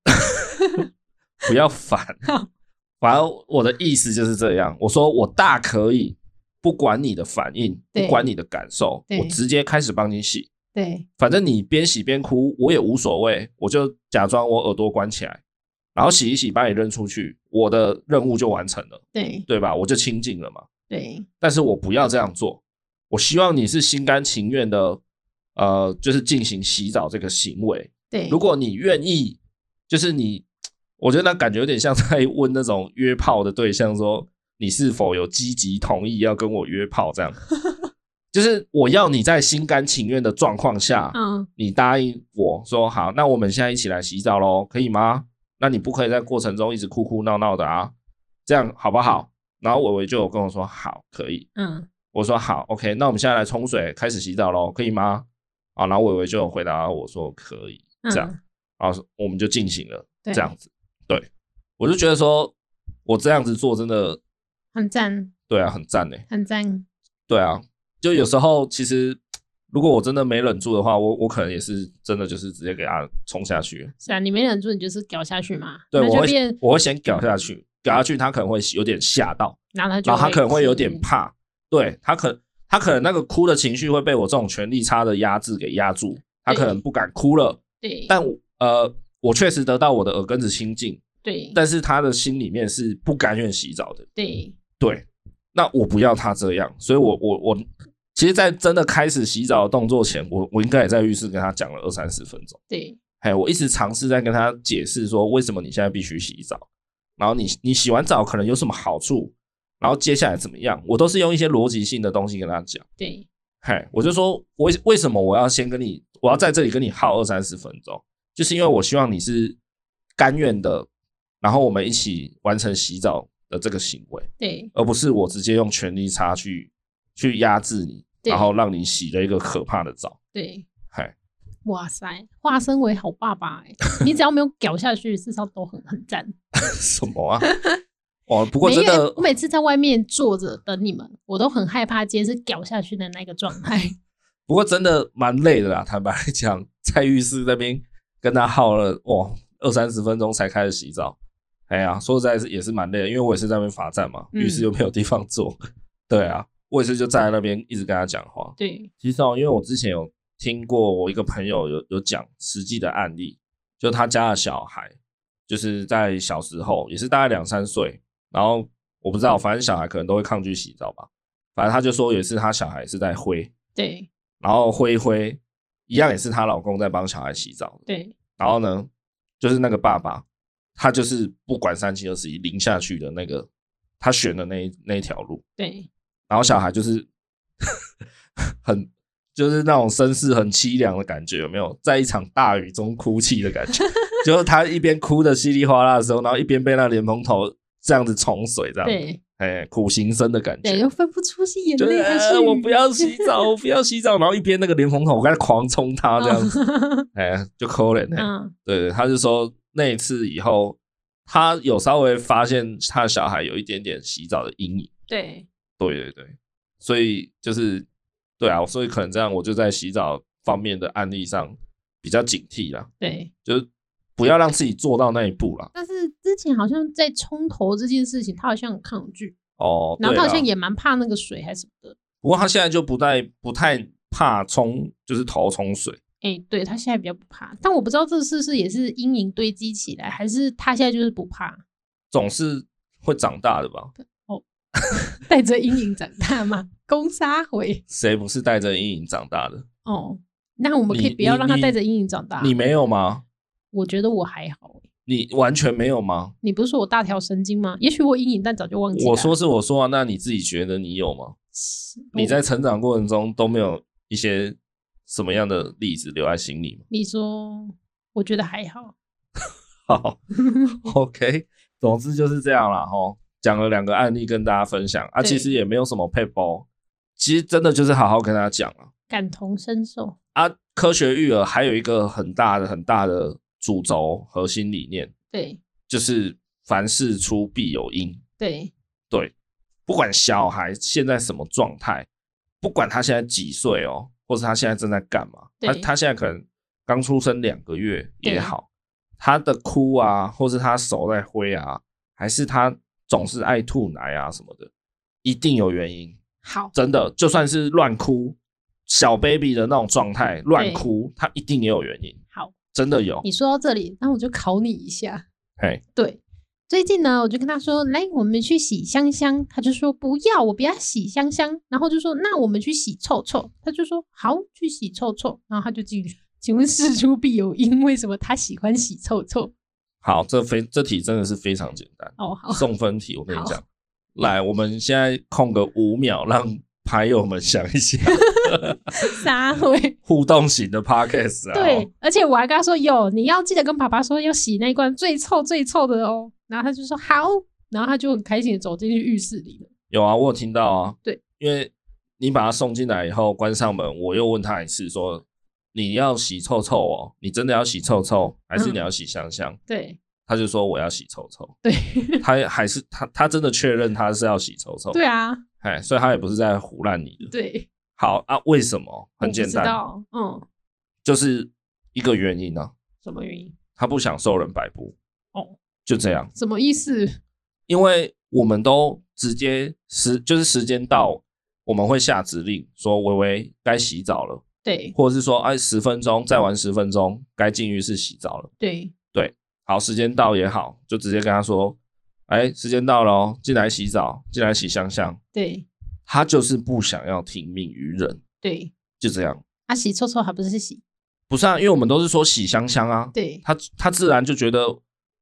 A: 不要 烦。反正我的意思就是这样，我说我大可以不管你的反应，
B: 对
A: 不管你的感受，
B: 对
A: 我直接开始帮你洗，
B: 对，
A: 反正你边洗边哭，我也无所谓，我就假装我耳朵关起来，然后洗一洗，把你扔出去，我的任务就完成了，
B: 对，
A: 对吧？我就清净了嘛。
B: 对，
A: 但是我不要这样做，我希望你是心甘情愿的，呃，就是进行洗澡这个行为，
B: 对，
A: 如果你愿意，就是你，我觉得那感觉有点像在问那种约炮的对象说，你是否有积极同意要跟我约炮这样。就是我要你在心甘情愿的状况下，
B: 嗯，
A: 你答应我说好，那我们现在一起来洗澡喽，可以吗？那你不可以在过程中一直哭哭闹闹的啊，这样好不好？然后伟伟就有跟我说好，可以。
B: 嗯，
A: 我说好，OK，那我们现在来冲水，开始洗澡喽，可以吗？啊，然后伟伟就有回答我说可以，
B: 嗯
A: 这样，然后我们就进行了
B: 对
A: 这样子。对，我就觉得说，我这样子做真的，
B: 很赞，
A: 对啊，很赞呢。
B: 很赞，
A: 对啊，就有时候其实如果我真的没忍住的话，我我可能也是真的就是直接给他冲下去。
B: 是啊，你没忍住，你就是屌下去嘛，
A: 对，
B: 那
A: 我
B: 就
A: 会
B: 变，
A: 我会先搞下去，搞下去他可能会有点吓到，
B: 然后他就
A: 然后他可能会有点
B: 哭
A: 怕，对他可他可能那个哭的情绪会被我这种权力差的压制给压住，他可能不敢哭了。
B: 对，
A: 但我呃，我确实得到我的耳根子清净，
B: 对，
A: 但是他的心里面是不甘愿洗澡的。
B: 对，
A: 对，那我不要他这样，所以我我我，其实，在真的开始洗澡的动作前，我我应该也在浴室跟他讲了二三十分钟。
B: 对，
A: 哎，我一直尝试在跟他解释说，为什么你现在必须洗澡，然后你你洗完澡可能有什么好处，然后接下来怎么样，我都是用一些逻辑性的东西跟他讲。
B: 对，
A: 嘿，我就说，为为什么我要先跟你，我要在这里跟你耗二三十分钟，就是因为我希望你是甘愿的，然后我们一起完成洗澡的这个行为，
B: 对，
A: 而不是我直接用权力差去去压制你，
B: 对
A: 然后让你洗了一个可怕的澡。
B: 对，
A: 嘿，
B: 哇塞，化身为好欸爸爸哎、你只要没有屌下去，至少都很很赞。
A: 什么啊？哦，不过
B: 每
A: 真
B: 一个
A: 的
B: 我每次在外面坐着等你们，我都很害怕今天是掉下去的那个状态。
A: 不过真的蛮累的啦，坦白讲， 在浴室那边跟他耗了哇二三十分钟才开始洗澡，哎呀，说实在是也是蛮累的，因为我也是在那边罚站嘛，
B: 嗯
A: 浴室又没有地方坐， 对啊，我也是就站在那边一直跟他讲话。
B: 对，
A: 其实哦，因为我之前有听过我一个朋友有有讲实际的案例，就他家的小孩，就是在小时候也是大概两三岁，然后我不知道，反正小孩可能都会抗拒洗澡吧，反正他就说有一次他小孩是在挥，
B: 对，
A: 然后挥一挥，一样也是她老公在帮小孩洗澡。
B: 对，
A: 然后呢，就是那个爸爸，他就是不管三七二十一淋下去的那个，他选的那一那一条路。
B: 对，
A: 然后小孩就是 很就是那种身世很凄凉的感觉，有没有？在一场大雨中哭泣的感 觉，就是他一边哭的稀里哗啦的时候，然后一边被那莲蓬头这样子冲水，这样，
B: 对，
A: 哎，苦行僧的感觉，
B: 对，又分不出是 眼
A: 就是、
B: 泪还
A: 呃
B: 是
A: 我不要洗澡，我不要洗澡，然 后一边那个莲蓬头，我跟他狂冲他啊这样子，
B: 子。
A: 哎、就可怜呢、
B: 嗯，
A: 对对，他是说那一次以后，他有稍微发现他的小孩有一点点洗澡的阴影。
B: 对，
A: 对对对，所以就是对啊，所以可能这样，我就在洗澡方面的案例上比较警惕啦，
B: 对。
A: 就是不要让自己做到那一步啦。
B: 但是之前好像在冲头这件事情，他好像很抗拒，
A: 哦，
B: 然后
A: 对
B: 他好
A: 啦
B: 像也蛮怕那个水还是什么的。
A: 不过他现在就不太不太怕冲，就是头冲水。
B: 哎、对他现在比较不怕，但我不知道这是不是也是阴影堆积起来，还是他现在就是不怕，
A: 总是会长大的吧？
B: 带着阴影长大嘛，攻杀回。
A: 谁不是带着阴影长大的？
B: 哦，那我们可以
A: 你
B: 不要
A: 你
B: 让他
A: 你
B: 带着阴影长大。
A: 你没有吗？
B: 我觉得我还好、欸。
A: 你完全没有吗？
B: 你不是说我大条神经吗？也许我阴影，但早就忘记了。
A: 我说是我说啊，那你自己觉得你有吗？
B: 是哦
A: 你
B: 我
A: 在成长过程中都没有一些什么样的例子留在心里吗？
B: 你说，我觉得还好。
A: 好，OK，总之就是这样啦。吼，讲了两个案例跟大家分享啊，
B: 对
A: 其实也没有什么配包，其实真的就是好好跟大家讲啊。
B: 感同身受，
A: 啊，科学育儿还有一个很大的很大的主轴核心理念，
B: 对
A: 就是凡事出必有因。
B: 对
A: 对，不管小
B: 嗯
A: 孩现在什么状态，不管他现在几岁哦，或者他现在正在干嘛，他
B: 对
A: 他现在可能刚出生两个月也
B: 对
A: 好，他的哭啊，或是他手在挥啊，还是他总是爱吐奶啊什么的，一定有原因。
B: 好，
A: 真的，就算是乱哭，小 baby 的那种状态乱
B: 对
A: 哭，他一定也有原因，
B: 好，
A: 真的有。
B: 你说到这里，那我就考你一下。
A: 嘿，
B: 对，最近呢，我就跟他说，来，我们去洗香香，他就说不要，我不要洗香香，然后就说那我们去洗臭臭，他就说好，去洗臭臭，然后他就进去。请问事出必有因，为什么他喜欢洗臭臭？
A: 好，这非这题真的是非常简单。
B: 哦，好，
A: 送分题，我跟你
B: 好
A: 讲。来，我们现在空个五秒，让牌友们想一下 啊
B: 撒回。
A: 互动型的 podcast 啊。
B: 对，而且我还跟他说：“有，你要记得跟爸爸说要洗那一罐最臭最臭的哦。”然后他就说：“好。”然后他就很开心的走进去浴室里了。
A: 有啊，我有听到啊。
B: 对，
A: 因为你把他送进来以后，关上门，我又问他一次说：“你要洗臭臭哦，你真的要洗臭臭，还是
B: 嗯
A: 你要洗香香？”
B: 对
A: 他就说：“我要洗臭臭。
B: 对”
A: 他还是他他真的确认他是要洗臭臭。
B: 对，啊，
A: 哎，所以他也不是在胡乱你的。
B: 对，
A: 好啊，为什么？
B: 我
A: 很
B: 不
A: 简
B: 知
A: 单，
B: 道，嗯，
A: 就是一个原因啊，
B: 什么原因？
A: 他不想受人摆布。
B: 哦，
A: 就这样，
B: 什么意思？
A: 因为我们都直接时就是时间到，我们会下指令说微微该洗澡了，
B: 对
A: 或者是说哎十分钟再玩十分钟该进浴室洗澡了。
B: 对
A: 好，时间到也好，就直接跟他说，哎，时间到了哦，进来洗澡，进来洗香香。
B: 对
A: 他就是不想要听命于人，
B: 对，
A: 就这样。
B: 啊，洗臭臭还不是洗？
A: 不是啊，因为我们都是说洗香香啊，
B: 对，
A: 他他自然就觉得，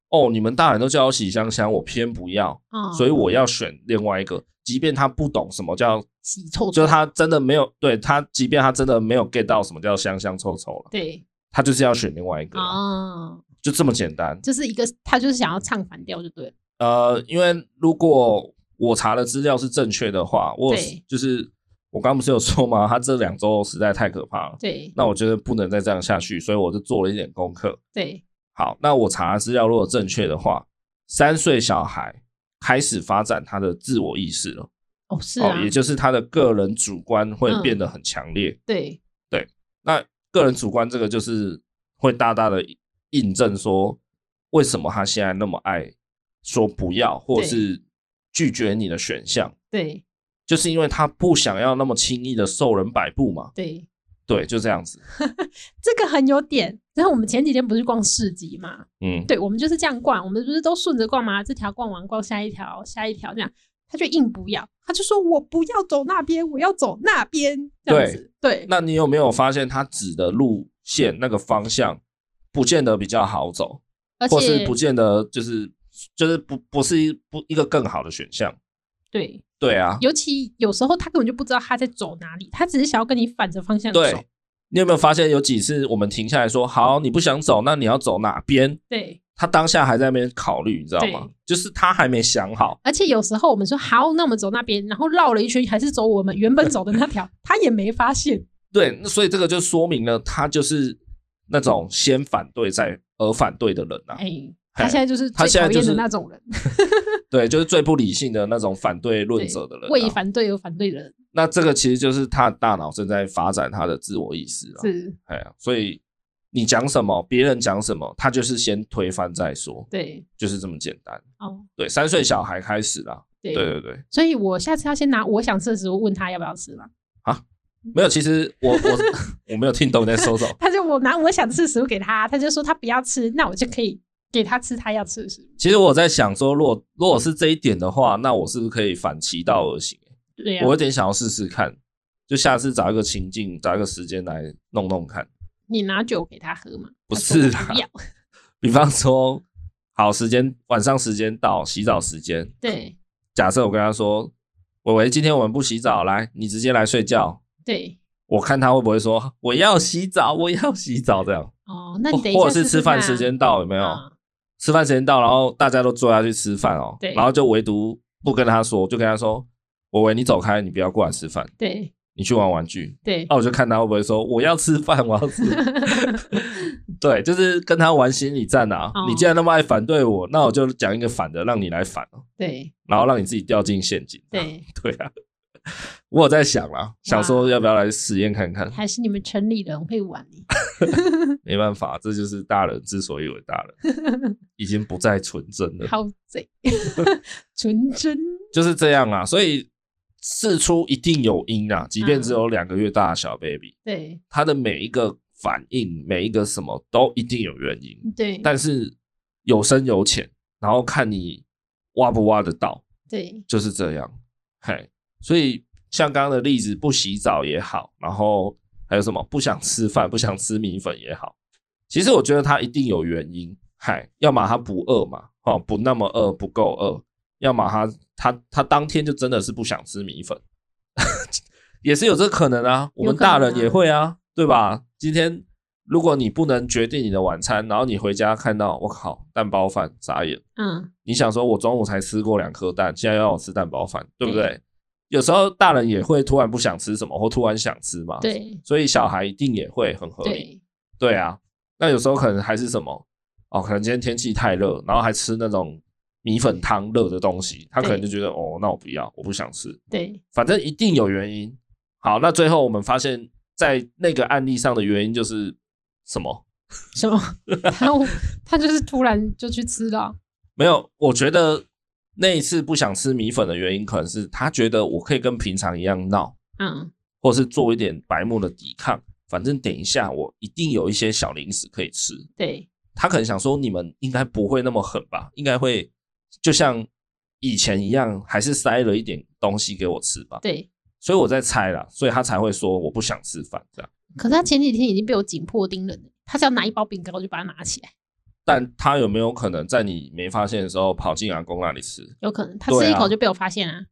A: 哦，你们大人都叫我洗香香，我偏不要。
B: 啊、
A: 所以我要选另外一个，即便他不懂什么叫，
B: 洗臭
A: 就
B: 臭
A: 是，他真的没有对他，即便他真的没有 get 到什么叫香香臭臭了，
B: 对
A: 他就是要选另外一个，
B: 啊，
A: 就这么简单。
B: 就是一个他就是想要唱反调就对了。
A: 呃，因为如果我查的资料是正确的话，我有
B: 对
A: 就是我刚不是有说吗？他这两周实在太可怕了，
B: 对
A: 那我觉得不能再这样下去，所以我就做了一点功课。
B: 对
A: 好，那我查的资料如果正确的话，三岁小孩开始发展他的自我意识了，
B: 哦，是啊嗯
A: 哦，，也就是他的个人主观会变得很强烈。
B: 对，
A: 那个人主观这个就是会大大的印证说，为什么他现在那么爱说不要，或者是拒绝你的选项，
B: 对，
A: 就是因为他不想要那么轻易的受人摆布嘛。
B: 对，
A: 对，就这样子。
B: 这个很有点。然后我们前几天不是逛市集嘛？
A: 嗯，
B: 对，我们就是这样逛，我们不是都顺着逛嘛？这条逛完，逛下一条，下一条这样，他就硬不要，他就说我不要走那边，我要走那边，这样子。对，
A: 那你有没有发现他指的路线那个方向，不见得比较好走，
B: 而
A: 或是
B: 且
A: 不见得就是就是不不是一不一个更好的选项？
B: 对，
A: 对啊，
B: 尤其有时候他根本就不知道他在走哪里，他只是想要跟你反着方向走。
A: 对。你有没有发现有几次我们停下来说，好，你不想走，那你要走哪边？
B: 对，
A: 他当下还在那边考虑，你知道吗
B: 对？
A: 就是他还没想好，
B: 而且有时候我们说好，那我们走那边，然后绕了一圈，还是走我们原本走的那 条，他也没发现。
A: 对，那所以这个就说明了他就是那种先反对再而反对的人啊，
B: 哎、他现在就是
A: 他
B: 最
A: 现在
B: 讨
A: 就
B: 厌
A: 是
B: 的那种人，
A: 对，就是最不理性的那种反对论者的人、
B: 为
A: 啊。
B: 反对而反对的人，
A: 那这个其实就是他的大脑正在发展他的自我意识啊，
B: 是
A: 哎呀，所以你讲什么，别人讲什么，他就是先推翻再说，
B: 对
A: 就是这么简单。
B: 哦，
A: 对，三岁小孩开始啦，
B: 对
A: 对对对，
B: 所以我下次要先拿我想吃的食物问他要不要吃嘛，
A: 没有，其实我 我我没有听懂你在说什么。
B: 他就我拿我想吃的食物给他，他就说他不要吃，那我就可以给他吃他要吃的食物。
A: 其实我在想说，如果如果是这一点的话，那我是不是可以反其道而行？
B: 对啊呀、
A: 我有点想要试试看，就下次找一个情境，找一个时间来弄弄看。
B: 你拿酒给他喝嘛？
A: 不
B: 他说
A: 是
B: 我
A: 啦
B: 不要，
A: 比方说，好时间，晚上时间到，洗澡时间。
B: 对
A: 假设我跟他说，伟伟，今天我们不洗澡，来，你直接来睡觉。
B: 对
A: 我看他会不会说我要洗澡，我要洗澡这样，
B: 哦，那你等一下
A: 或者是
B: 试试
A: 吃饭
B: 看啊
A: 时间到有没有？
B: 啊
A: 吃饭时间到，然后大家都坐下去吃饭哦，
B: 对
A: 然后就唯独不跟他说，就跟他说，伟伟，你走开，你不要过来吃饭。
B: 对
A: 你去玩玩具。
B: 对
A: 那、我就看他会不会说我要吃饭，我要吃。 对，就是跟他玩心理战啊。
B: 哦
A: 你既然那么爱反对我，那我就讲一个反的，让你来反哦，
B: 对
A: 然后让你自己掉进陷阱。
B: 对，
A: 对啊，我有在想啦，想说要不要来实验看看。
B: 还是你们城里人会 玩你。
A: 没办法，这就是大人之所以为大人，已经不再纯真了，
B: 好 贼，纯真。
A: 就是这样啦。所以事出一定有因啊，即便只有两个月大的小 baby，、
B: 对
A: 他的每一个反应，每一个什么都一定有原因。
B: 对
A: 但是有深有浅，然后看你挖不挖得到，
B: 对
A: 就是这样。嘿，所以像刚刚的例子，不洗澡也好，然后还有什么不想吃饭、不想吃米粉也好，其实我觉得他一定有原因。嗨，要么他不饿嘛，哦，不那么饿，不够饿；要么他他他当天就真的是不想吃米粉， 也是有这可能啊。我们大人也会啊，对吧？今天如果你不能决定你的晚餐，然后你回家看到我靠蛋包饭，傻眼。
B: 嗯，
A: 你想说，我中午才吃过两颗蛋，现在要我吃蛋包饭，对不对？
B: 对
A: 有时候大人也会突然不想吃什么，或突然想吃嘛。，
B: 对
A: 所以小孩一定也会很合理。
B: 对
A: 对啊，那有时候可能还是什么哦，可能今天天气太热，然后还吃那种米粉汤热的东西，他可能就
B: 对
A: 觉得哦，那我不要，我不想吃，
B: 对
A: 反正一定有原因。好，那最后我们发现，在那个案例上的原因就是什么？
B: 什么？他他就是突然就去吃了。
A: 没有，我觉得那一次不想吃米粉的原因，可能是他觉得我可以跟平常一样闹，
B: 嗯，
A: 或是做一点白目的抵抗。反正等一下我一定有一些小零食可以吃。
B: 对
A: 他可能想说，你们应该不会那么狠吧？应该会就像以前一样，还是塞了一点东西给我吃吧。
B: 对。
A: 所以我在猜啦，所以他才会说我不想吃饭这样。
B: 可是他前几天已经被我紧迫盯人了，他只要拿一包饼干，我就把它拿起来。
A: 但他有没有可能在你没发现的时候跑进阿公那里吃？
B: 有可能他
A: 对
B: 吃一
A: 啊
B: 口就被我发现啊。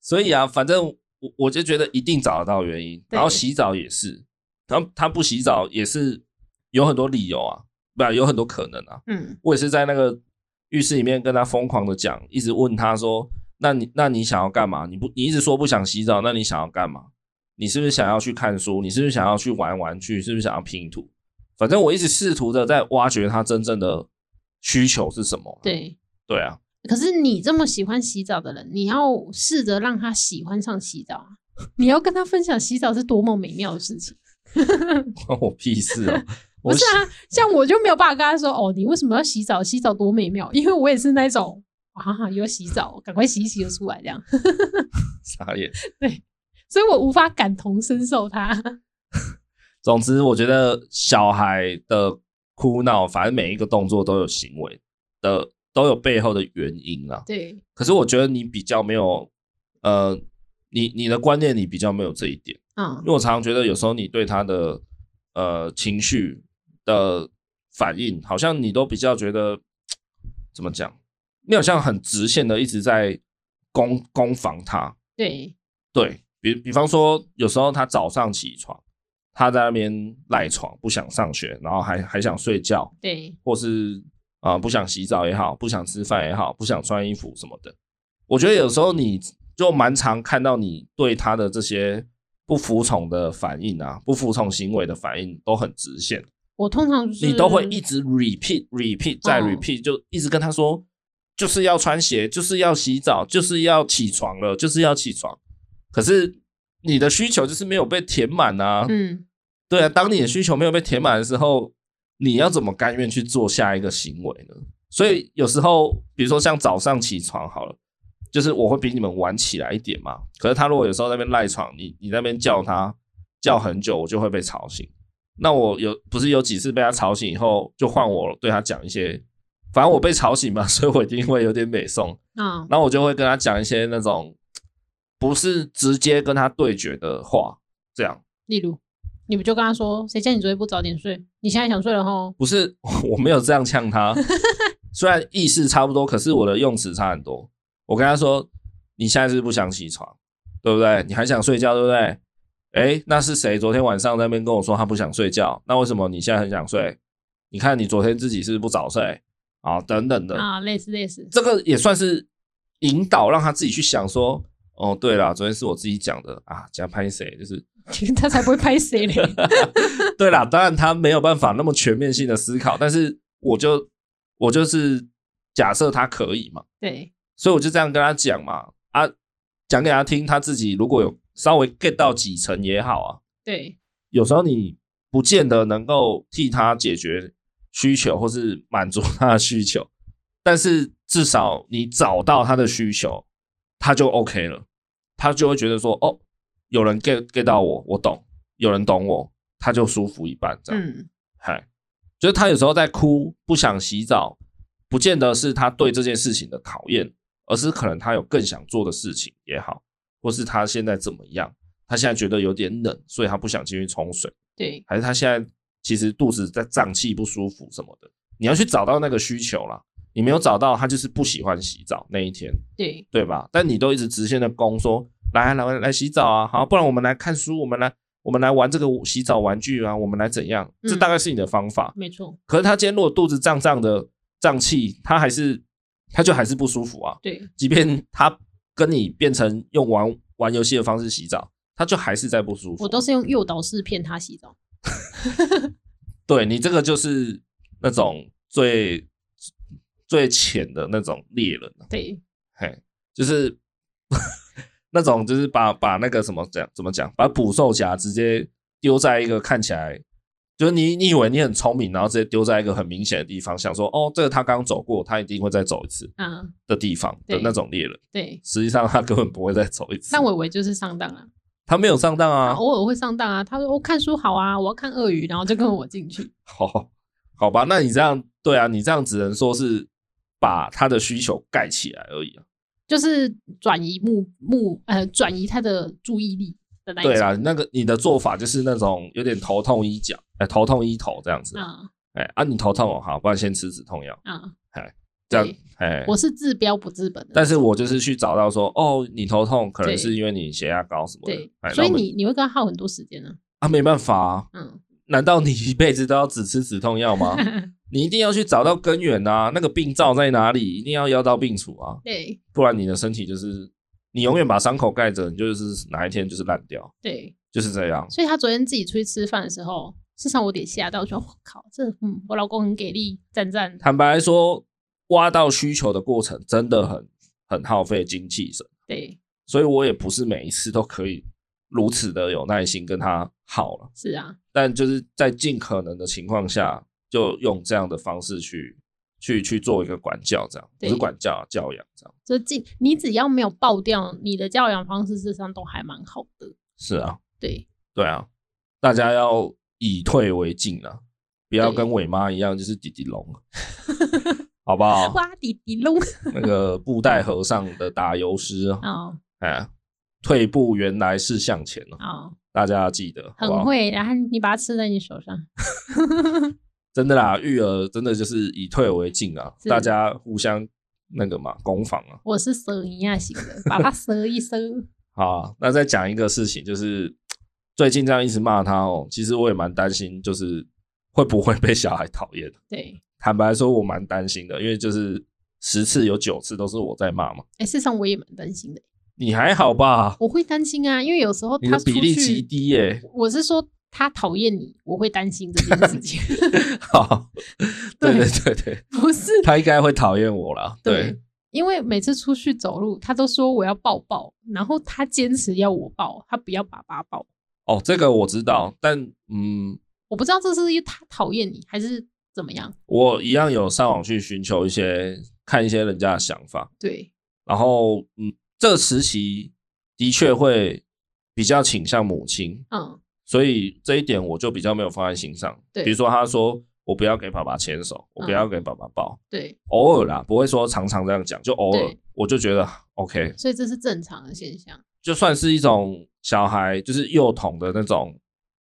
A: 所以啊，反正我我就觉得一定找得到原因。
B: 嗯对
A: 然后洗澡也是，然后他不洗澡也是有很多理由啊，不然有很多可能啊。
B: 嗯，
A: 我也是在那个浴室里面跟他疯狂的讲，一直问他说：“那你那你想要干嘛？你不你一直说不想洗澡，那你想要干嘛？你是不是想要去看书？你是不是想要去玩玩具？是不是想要拼图？”反正我一直试图的在挖掘他真正的需求是什么。
B: 对。
A: 对啊，
B: 可是你这么喜欢洗澡的人，你要试着让他喜欢上洗澡啊！你要跟他分享洗澡是多么美妙的事情。
A: 关我屁事 哦！
B: 不
A: 我
B: 是啊，像我就没有办法跟他说哦，你为什么要洗澡？洗澡多美妙，因为我也是那种啊，有洗澡，赶快洗一洗就出来这样，
A: 傻眼。
B: 所以我无法感同身受他。
A: 总之，我觉得小孩的哭闹，反正每一个动作都有行为的，都有背后的原因啦。
B: 对，
A: 可是我觉得你比较没有，呃，你你的观念你比较没有这一点，
B: 嗯
A: 因为我常常觉得有时候你对他的呃情绪的反应，好像你都比较觉得怎么讲，你好像很直线的一直在攻攻防他，
B: 对，
A: 对比比方说，有时候他早上起床，他在那边赖床，不想上学，然后还还想睡觉，
B: 对，
A: 或是啊、呃不想洗澡也好，不想吃饭也好，不想穿衣服什么的。我觉得有时候你就蛮常看到你对他的这些不服从的反应啊，不服从行为的反应都很直线，
B: 我通常就是
A: 你都会一直 repeat repeat 再
B: 哦
A: repeat，、就一直跟他说就是要穿鞋，就是要洗澡，就是要起床了，就是要起床。可是你的需求就是没有被填满啊，
B: 嗯，
A: 对啊，当你的需求没有被填满的时候，你要怎么甘愿去做下一个行为呢？所以有时候，比如说像早上起床好了，就是我会比你们晚起来一点嘛。可是他如果有时候在那边赖床，你你那边叫他叫很久，我就会被吵醒。那我有不是有几次被他吵醒以后，就换我对他讲一些，反正我被吵醒嘛， 所以我一定会有点美颂。
B: 嗯，
A: 然后我就会跟他讲一些那种不是直接跟他对决的话，这样。
B: 例如，你不就跟他说，谁叫你昨天不早点睡？你现在想睡了吼？
A: 不是，我 没有这样呛他，虽然意思差不多，可是我的用词差很多。我跟他说：“你现在是不是不想起床，对不对？你还想睡觉，对不对？”诶，那是谁昨天晚上在那边跟我说他不想睡觉？那为什么你现在很想睡？你看你昨天自己是不是不早睡啊？等等的，
B: 啊，类似类似，
A: 这个也算是引导，让他自己去想说：“哦，对了，昨天是我自己讲的啊，加拍谁就是
B: 他才不会 拍谁嘞。
A: 对啦，当然他没有办法那么全面性的思考，但是我就我就是假设他可以嘛，
B: 对，
A: 所以我就这样跟他讲嘛，啊，讲给他听，他自己如果有稍微 get 到几成也好啊，
B: 对，
A: 有时候你不见得能够替他解决需求或是满足他的需求，但是至少你找到他的需求，他就 OK 了，他就会觉得说，哦，有人 get get 到我，我懂，有人懂我，他就舒服一半这样。
B: 嗯，
A: 嗨，就是他有时候在哭，不想洗澡，不见得是他对这件事情的考验，而是可能他有更想做的事情也好，或是他现在怎么样，他现在觉得有点冷，所以他不想进去冲水，
B: 对，
A: 还是他现在其实肚子在胀气不舒服什么的，你要去找到那个需求啦。你没有找到，他就是不喜欢洗澡那一天，
B: 对，
A: 对吧？但你都一直直线的攻说，来啊来啊来洗澡啊，好，不然我们来看书，我们来我们来玩这个洗澡玩具啊，我们来怎样？这
B: 嗯
A: 大概是你的方法。
B: 没错，
A: 可是他今天如果肚子胀胀的、胀气，他还是他就还是不舒服啊。
B: 对，
A: 即便他跟你变成用玩玩游戏的方式洗澡，他就还是在不舒服。
B: 我都是用诱导式骗他洗澡。
A: 对你这个就是那种最最浅的那种猎人啊，
B: 对，
A: 嘿，就是 那种就是把把那个什么讲怎么讲，把捕兽夹直接丢在一个看起来。就是你，你以为你很聪明，然后直接丢在一个很明显的地方，想说哦，这个他刚走过，他一定会再走一次。
B: 嗯，
A: 的地方的
B: 对
A: 那种猎人，
B: 对。
A: 实际上他根本不会再走一次。
B: 但伟伟就是上当啊，
A: 他没有上当
B: 他
A: 啊，
B: 偶尔会上当啊。他说：“我、看书好啊，我要看鳄鱼。”然后就跟我进去。
A: 好，好吧，那你这样对啊，你这样只能说是把他的需求盖起来而已啊。
B: 就是转移目目呃转移他的注意力的那一种。
A: 对啦，那个你的做法就是那种有点头痛医脚，哎，头痛医头这样子。
B: 嗯
A: 哎啊，你头痛哦，好，不然先吃止痛药，
B: 嗯，
A: 这样
B: 对
A: 哎。
B: 我是治标不治本的。
A: 但是我就是去找到说，哦，你头痛可能
B: 对
A: 是因为你血压高什么的
B: 对，，
A: 哎
B: 所以
A: 那我们
B: 你你会跟他耗很多时间呢、
A: 啊没办法啊，
B: 嗯，
A: 难道你一辈子都要只吃止痛药吗？ 你一定要去找到根源啊，那个病灶在哪里，一定要药到病除啊，
B: 对
A: 不然你的身体就是你永远把伤口盖着，你就是哪一天就是烂掉，
B: 对，
A: 就是这样。
B: 所以他昨天自己出去吃饭的时候，至少我有点吓到，我说我靠，这嗯，我老公很给力，赞赞。
A: 坦白来说，挖到需求的过程真的很很耗费精气神，
B: 对，
A: 所以我也不是每一次都可以如此的有耐心跟他耗了。
B: 是啊，
A: 但就是在尽可能的情况下，就用这样的方式去去去做一个管教，这样不
B: 对
A: 是管教啊教养这样。
B: 就尽你只要没有爆掉，你的教养方式事实上都还蛮好的。
A: 是啊，
B: 对，
A: 对啊，大家要以退为进啊，不要
B: 对
A: 跟伟妈一样就是弟弟龙，啊 好不好？
B: 哇，滴滴隆
A: 那个布袋和尚的打油诗啊，
B: 哦
A: 哎，退步原来是向前哦，
B: 哦，
A: 大家要记得，好不
B: 很
A: 好？
B: 会，然后你把它吃在你手上，
A: 真的啦，育儿真的就是以退为进啊，
B: 嗯是
A: 大家互相那个嘛攻防啊。
B: 我是蛇一样型的，把它蛇一蛇。
A: 好啊，那再讲一个事情，就是最近这样一直骂他哦，其实我也蛮担心，就是会不会被小孩讨厌。
B: 对，
A: 坦白说，我蛮担心的，因为就是十次有九次都是我在骂嘛。
B: 哎、事实上我也蛮担心的，
A: 你还好吧？
B: 我会担心啊，因为有时候
A: 你的
B: 他出
A: 比例极
B: 去，
A: 低耶、
B: 我是说他讨厌你，我会担心这件事情，
A: 好， 对
B: 对
A: 对对对，
B: 不是
A: 他应该会讨厌我啦。对
B: 对，因为每次出去走路，他都说我要抱抱，然后他坚持要我抱，他不要爸爸抱。
A: 哦，这个我知道，但嗯，
B: 我不知道这是因为他讨厌你还是怎么样。
A: 我一样有上网去寻求一些看一些人家的想法，
B: 对，
A: 然后嗯，这个时期的确会比较倾向母亲，
B: 嗯，
A: 所以这一点我就比较没有放在心上。
B: 对嗯
A: 比如说他说我不要给爸爸牵手，我不要给爸爸抱，
B: 对，
A: 偶尔啦，不会说常常这样讲，就偶尔
B: 对
A: 我就觉得 OK，
B: 所以这是正常的现象。
A: 就算是一种小孩就是幼童的那种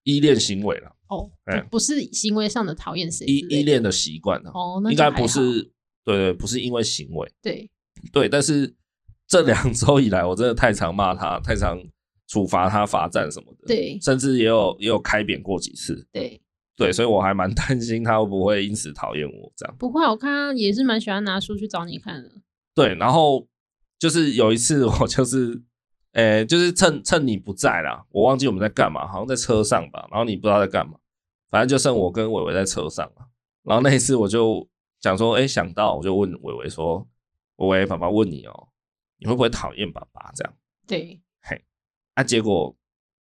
A: 依恋行为了，
B: 哦，
A: 哎
B: 不不是行为上的讨厌谁
A: 依
B: 之类
A: 依
B: 的
A: 恋的习惯呢，
B: 哦，那
A: 应
B: 就
A: 该
B: 还
A: 不
B: 好
A: 是对对，不是因为行为
B: 对
A: 对，但是这两周以来我真的太常骂他，太常处罚他罚站什么的，，
B: 对
A: 甚至也有也有开扁过几次，
B: 对，
A: 对，所以我还蛮 担心他会不会因此讨厌我这样。
B: 不过我看他也是蛮喜欢拿书去找你看的。
A: 对，然后就是有一次我就是， 呃，就是趁趁你不在啦，我忘记我们在干嘛，好像在车上吧，然后你不知道在干嘛，反正就剩我跟伟伟在车上了。然后那一次我就想说，哎，想到我就问伟伟说，伟伟，爸爸问你哦，你会不会讨厌爸爸这样？
B: 对，
A: 啊，结果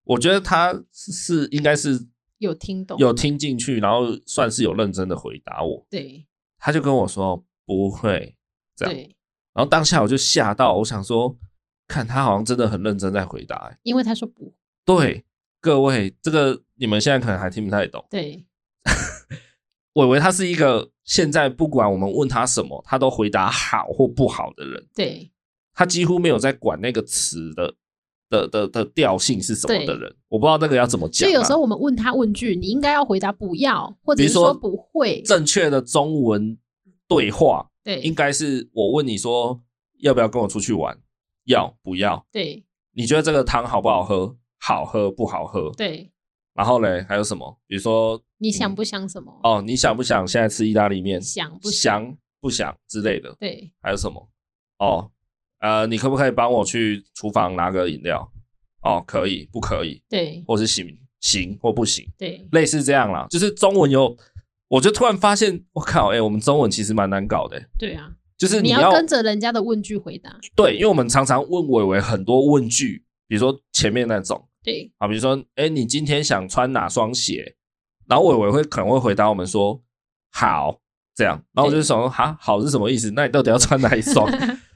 A: 我觉得他是是应该是
B: 有听懂。
A: 有听进去，然后算是有认真的回答我，
B: 对
A: 他就跟我说不会，这样
B: 对，
A: 然后当下我就吓到，我想说，看他好像真的很认真在回答、欸。
B: 因为他说不
A: 对，各位，这个你们现在可能还听不太懂。
B: 对
A: 伟伟他是一个现在不管我们问他什么，他都回答好或不好的人，
B: 对
A: 他几乎没有在管那个词的的的的调性是什么的
B: 对
A: 人。我不知道那个要怎么
B: 所
A: 讲、啊。
B: 以有时候我们问他问句，你应该要回答不要，或者
A: 比
B: 是
A: 如说
B: 不会。
A: 正确的中文对话应
B: 对
A: 该是我问你说要不要跟我出去玩，要不要？
B: 对
A: 你觉得这个汤好不好喝？好喝不好喝？
B: 对，
A: 然后嘞，还有什么？比如说，
B: 你想不想什么？
A: 嗯哦，你想不想现在吃意大利面？
B: 想不想？
A: 想不想之类的？
B: 对
A: 还有什么？哦，呃，你可不可以帮我去厨房拿个饮料？哦，可以，不可以？
B: 对
A: 或是行行或不行？
B: 对
A: 类似这样啦，就是中文有，我就突然发现，我靠，哎、我们中文其实蛮难搞的、
B: 对啊！
A: 就是
B: 你
A: 要
B: 跟着人家的问句回答。
A: 对，因为我们常常问伟伟很多问句，比如说前面那种。
B: 对
A: 啊，比如说，哎，你今天想穿哪双鞋？然后伟伟会可能会回答我们说好这样，然后我就想说哈好是什么意思？那你到底要穿哪一 双？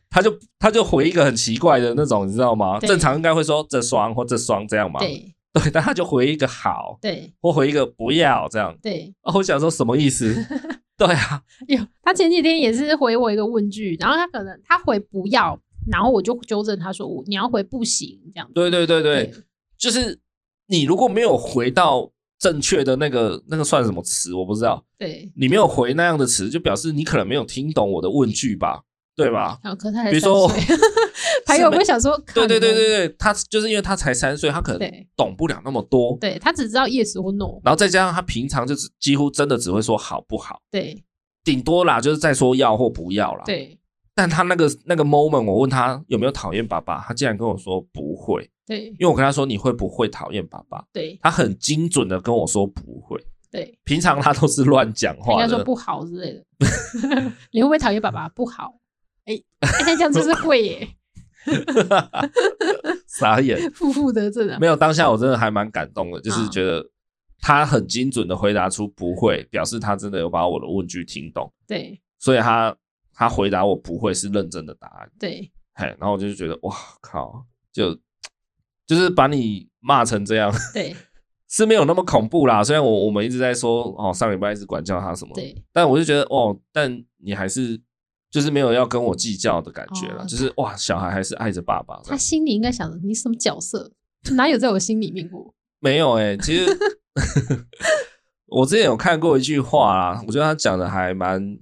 A: 他就他就回一个很奇怪的那种，你知道吗？
B: 对
A: 正常应该会说这双或这双这样嘛。
B: 对
A: 对，但他就回一个好，
B: 对
A: 或回一个不要这样。
B: 对，
A: 哦，我想说什么意思？ 对啊，
B: 有他前几天也是回我一个问句，然后他可能他回不要，然后我就纠正他说我你要回不行这样子。
A: 对对对对，就是你如果没有回到正确的那个那个算什么词，我不知道。
B: 对，
A: 你没有回那样的词，就表示你可能没有听懂我的问句吧，对吧？
B: 然后哦可是他才
A: 比如说
B: 三岁还有我想说，
A: 对对对
B: 看
A: 对对，他就是因为他才三岁，他可能
B: 对
A: 懂不了那么多，
B: 对，他只知道 yes 或 no。
A: 然后再加上他平常就只几乎真的只会说好不好，
B: 对
A: 顶多啦就是再说要或不要啦。，
B: 对
A: 但他那个那个 moment，我问他有没有讨厌爸爸，他竟然跟我说不会，
B: 对
A: 因为我跟他说你会不会讨厌爸爸，
B: 对
A: 他很精准的跟我说不会，
B: 对，
A: 平常他都是乱讲
B: 他应
A: 话
B: 该说
A: 的，
B: 不好之类的。 你会不会讨厌爸爸？不好。哎、哎那这样就是会耶，
A: 傻眼。
B: 负负得正啊。
A: 没有当下我真的还蛮感动的，就是
B: 啊
A: 觉得他很精准的回答出不会，表示他真的有把我的问句听懂，
B: 对
A: 所以他他回答我不会是认真的答案。
B: 对，
A: 嘿，然后我就觉得哇靠，就就是把你骂成这样
B: 对
A: 是没有那么恐怖啦。虽然我我们一直在说哦，上礼拜一直管教他什么，
B: 对，
A: 但我就觉得哦，但你还是就是没有要跟我计较的感觉了，
B: 哦
A: 就是哇，小孩还是爱着爸爸这
B: 他
A: 样。
B: 心里应该想着你什么角色，哪有在我心里面过？
A: 没有哎、其实我之前有看过一句话啊，我觉得他讲的还蛮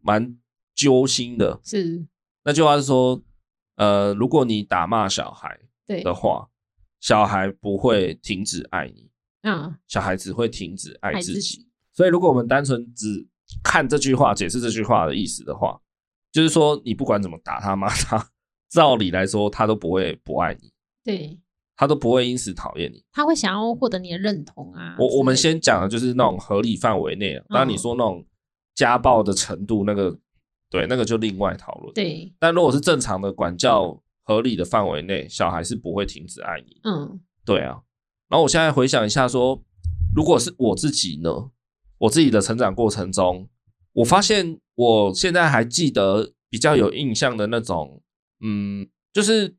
A: 蛮揪心的。
B: 是，
A: 那句话是说，呃，如果你打骂小孩
B: 对，
A: 的话，小孩不会停止爱你，
B: 嗯，
A: 小孩只会停止爱
B: 爱
A: 自
B: 自
A: 己。所以，如果我们单纯只看这句话解释这句话的意思的话，就是说你不管怎么打他骂他，照理来说他都不会不爱你，
B: 对，
A: 他都不会因此讨厌你。
B: 他会想要获得你的认同啊。
A: 我我们
B: 之类
A: 先讲的就是那种合理范围内啊，
B: 嗯
A: 当然你说那种家暴的程度，那个对那个就另外讨论
B: 的。对，
A: 但如果是正常的管教合理的范围内，小孩是不会停止爱你。
B: 嗯，
A: 对啊，然后我现在回想一下说如果是我自己呢，我自己的成长过程中，我发现我现在还记得比较有印象的那种，嗯，就是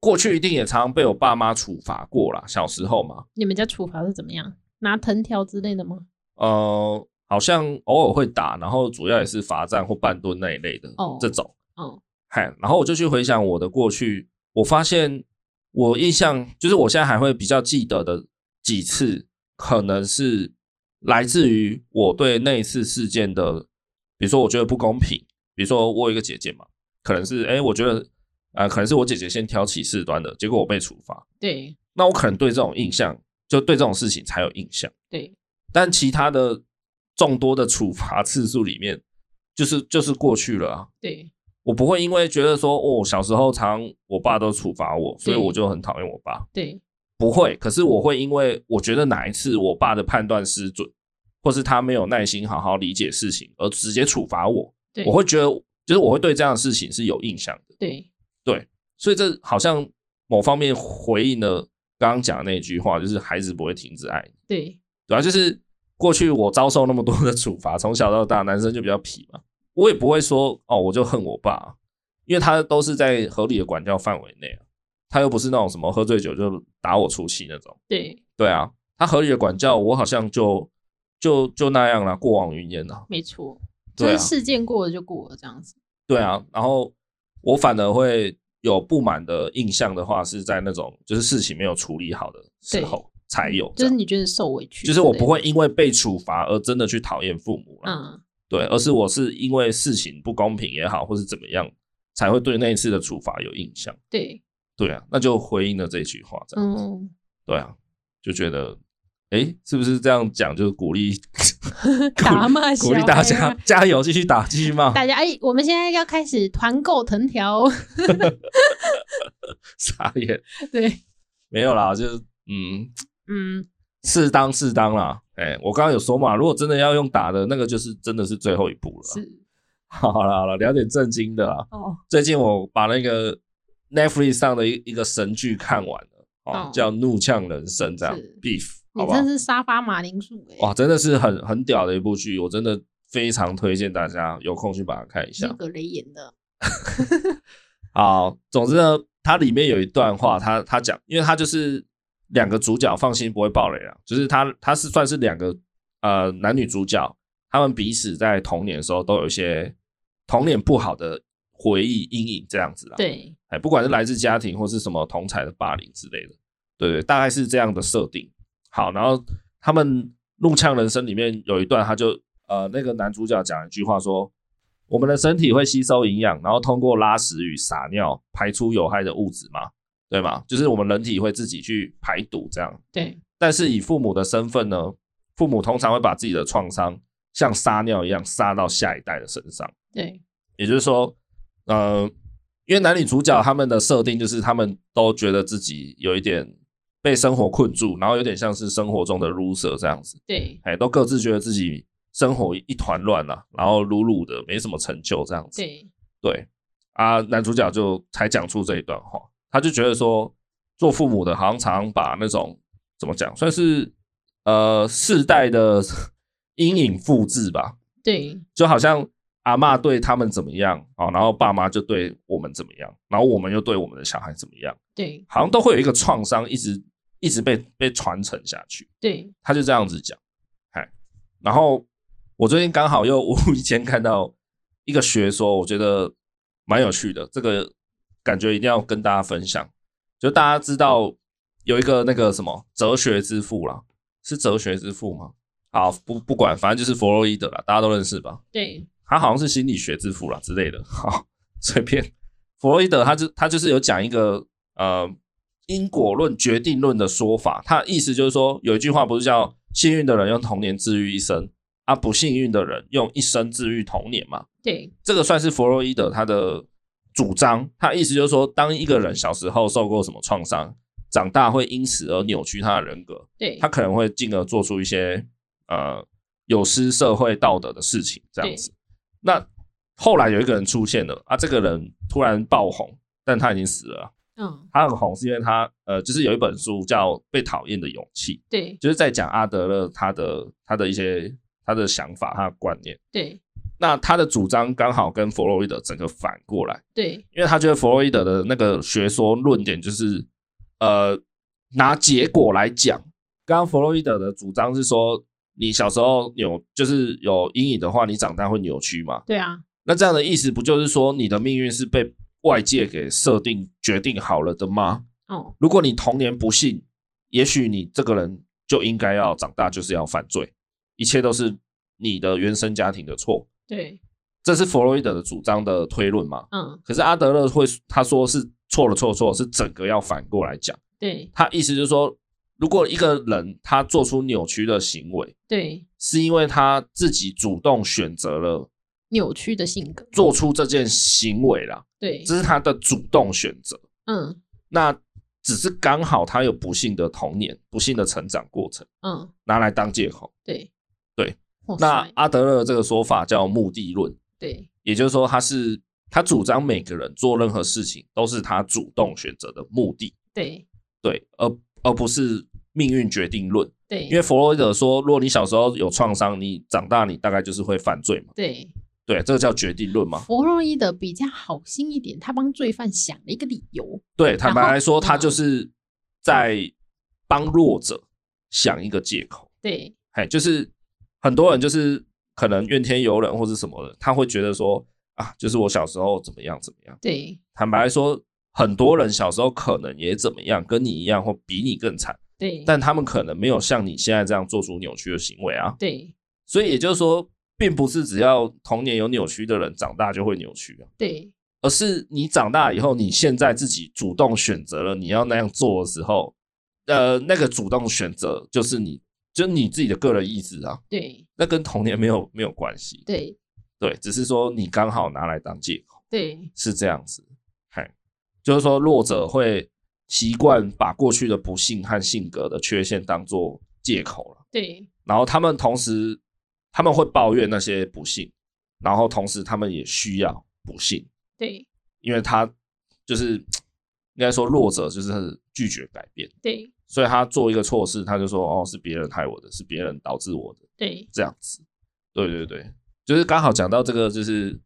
A: 过去一定也常常被我爸妈处罚过啦，小时候嘛，
B: 你们家处罚是怎么样？拿藤条之类的吗？
A: 呃，好像偶尔会打，然后主要也是罚站或半蹲那一类的、
B: 哦
A: 这种。
B: 哦，
A: 嗨，然后我就去回想我的过去，我发现我印象就是我现在还会比较记得的几次，可能是来自于我对那一次事件的，比如说我觉得不公平，比如说我有一个姐姐嘛，可能是哎，诶我觉得呃，可能是我姐姐先挑起事端的，结果我被处罚，
B: 对
A: 那我可能对这种印象，就对这种事情才有印象。
B: 对，
A: 但其他的众多的处罚次数里面，就是就是过去了啊。
B: 对
A: 我不会因为觉得说，哦，小时候常我爸都处罚我，所以
B: 对
A: 我就很讨厌我爸。
B: 对
A: 不会，可是我会因为我觉得哪一次我爸的判断失准，或是他没有耐心好好理解事情，而直接处罚我，
B: 对，
A: 我会觉得，就是我会对这样的事情是有印象的。
B: 对
A: 所以这好像某方面回应了刚刚讲的那句话，就是孩子不会停止爱你。
B: 对
A: 主要啊就是过去我遭受那么多的处罚，从小到大男生就比较皮嘛，我也不会说哦，我就恨我爸，因为他都是在合理的管教范围内啊，他又不是那种什么喝醉酒就打我出气那种，
B: 对，
A: 对啊，他合理的管教我好像就就就那样啦，过往云烟啦，
B: 没错，就
A: 对啊
B: 是，事件过了就过了这样子。
A: 对啊，然后我反而会有不满的印象的话，是在那种就是事情没有处理好的时候才有这
B: 就是
A: 样，
B: 你觉得受委屈之类的，
A: 就是我不会因为被处罚而真的去讨厌父母啦。
B: 嗯，
A: 对，而是我是因为事情不公平也好，或是怎么样，才会对那一次的处罚有印象。
B: 对，
A: 对啊，那就回应了这句话，这样、
B: 嗯，
A: 对啊，就觉得，诶，是不是这样讲就是鼓励
B: 打骂小
A: 鼓励大
B: 孩
A: 家
B: 啊
A: 加油，继续打，继续骂，
B: 大家哎，我们现在要开始团购藤条，
A: 傻眼，
B: 对，
A: 没有啦，就是嗯，
B: 嗯，
A: 适当适当啦。哎，我刚刚有说嘛，如果真的要用打的那个，就是真的是最后一步了啦。
B: 是
A: 好了好了，聊点正经的啦。
B: 哦，
A: 最近我把那个 Netflix 上的一一个神剧看完了，哦，
B: 哦
A: 叫《怒呛人生》这样
B: 是
A: ，Beef，好
B: 你
A: 不好
B: 真？是沙发马铃薯哎，
A: 哇，真的是很很屌的一部剧，我真的非常推荐大家有空去把它看一
B: 是
A: 下。
B: 格雷演的，
A: 好，总之呢，它里面有一段话，他他讲，因为他就是两个主角，放心不会爆雷啊，就是他他是算是两个呃男女主角，他们彼此在童年的时候都有一些童年不好的回忆阴影这样子啊。
B: 对
A: 哎，不管是来自家庭或是什么同才的霸凌之类的，对对，大概是这样的设定。好，然后他们《怒呛人生》里面有一段，他就呃，那个男主角讲一句话说：“我们的身体会吸收营养，然后通过拉屎与撒尿排出有害的物质嘛，对吗？就是我们人体会自己去排毒这样。
B: 对
A: 但是以父母的身份呢，父母通常会把自己的创伤像撒尿一样撒到下一代的身上。”
B: 对
A: 也就是说，呃，因为男女主角他们的设定就是他们都觉得自己有一点被生活困住，然后有点像是生活中的 loser 这样子，
B: 对，
A: 哎，都各自觉得自己生活一团乱了、然后鲁鲁的，没什么成就这样子。
B: 对，
A: 对啊，男主角就才讲出这一段话，他就觉得说，做父母的好像常常把那种怎么讲，算是呃世代的 阴影复制吧，
B: 对，
A: 就好像阿嬷对他们怎么样啊、哦然后爸妈就对我们怎么样，然后我们又对我们的小孩怎么样，
B: 对，
A: 好像都会有一个创伤一直一直被被传承下去。
B: 对，
A: 他就这样子讲，嗨，然后我最近刚好又无意间看到一个学说，我觉得蛮有趣的，这个感觉一定要跟大家分享。就大家知道有一个那个什么哲学之父啦，是哲学之父吗？好，不不管，反正就是弗洛伊德啦，大家都认识吧？
B: 对，
A: 他好像是心理学之父啦之类的， 好，随便。弗洛伊德他就他就是有讲一个呃因果论、决定论的说法，他的意思就是说有一句话不是叫幸运的人用童年治愈一生，啊不幸运的人用一生治愈童年嘛？
B: 对，
A: 这个算是弗洛伊德他的主张，他的意思就是说，当一个人小时候受过什么创伤，长大会因此而扭曲他的人格，
B: 对
A: 他，可能会进而做出一些呃有失社会道德的事情，这样子。那后来有一个人出现了啊，这个人突然爆红，但他已经死了啊。
B: 嗯，
A: 他很红是因为他呃，就是有一本书叫《被讨厌的勇气》，
B: 对，
A: 就是在讲阿德勒他的他的一些他的想法、他的观念。
B: 对，
A: 那他的主张刚好跟弗洛伊德整个反过来，
B: 对，
A: 因为他觉得弗洛伊德的那个学说论点就是，呃，拿结果来讲。刚刚弗洛伊德的主张是说，你小时候扭就是有阴影的话，你长大会扭曲嘛？
B: 对啊，
A: 那这样的意思不就是说，你的命运是被外界给设定决定好了的吗？
B: 哦，
A: 如果你童年不幸，也许你这个人就应该要长大就是要犯罪，一切都是你的原生家庭的错。
B: 对，
A: 这是弗洛伊德的主张的推论嘛？
B: 嗯，
A: 可是阿德勒会他说是错了，错了，错了，是整个要反过来讲。
B: 对，
A: 他意思就是说，如果一个人他做出扭曲的行为，
B: 对，
A: 是因为他自己主动选择了
B: 扭曲的性格，
A: 做出这件行为啦，
B: 对，
A: 这是他的主动选择。
B: 嗯，
A: 那只是刚好他有不幸的童年、不幸的成长过程，
B: 嗯，
A: 拿来当借口。
B: 对，
A: 对
B: 哇塞，
A: 那阿德勒这个说法叫目的论，
B: 对，
A: 也就是说，他是他主张每个人做任何事情都是他主动选择的目的。
B: 对，
A: 对，而而不是命运决定论。
B: 对，
A: 因为弗洛伊德说，如果你小时候有创伤，你长大你大概就是会犯罪嘛。
B: 对，
A: 对，这个叫决定论嘛。
B: 弗洛伊德比较好心一点，他帮罪犯想了一个理由。
A: 对，坦白来说，
B: 嗯
A: 他就是在帮弱者想一个借口。
B: 对，
A: 哎，就是很多人就是可能怨天尤人或是什么的，他会觉得说啊，就是我小时候怎么样怎么样。
B: 对，
A: 坦白来说，很多人小时候可能也怎么样，跟你一样或比你更惨，
B: 对，
A: 但他们可能没有像你现在这样做出扭曲的行为啊。
B: 对，
A: 所以也就是说，并不是只要童年有扭曲的人长大就会扭曲啊，
B: 对，
A: 而是你长大以后，你现在自己主动选择了你要那样做的时候，呃，那个主动选择就是你，就是你自己的个人意志啊，
B: 对，
A: 那跟童年没有没有关系，
B: 对，
A: 对，只是说你刚好拿来当借口，
B: 对，
A: 是这样子，嗨，就是说弱者会习惯把过去的不幸和性格的缺陷当做借口了。
B: 对，
A: 然后他们同时他们会抱怨那些不幸，然后同时他们也需要不幸，
B: 对，
A: 因为他就是应该说弱者就是拒绝改变，
B: 对，
A: 所以他做一个错事，他就说哦是别人害我的，是别人导致我的
B: 对，
A: 这样子。对对对，就是刚好讲到这个就是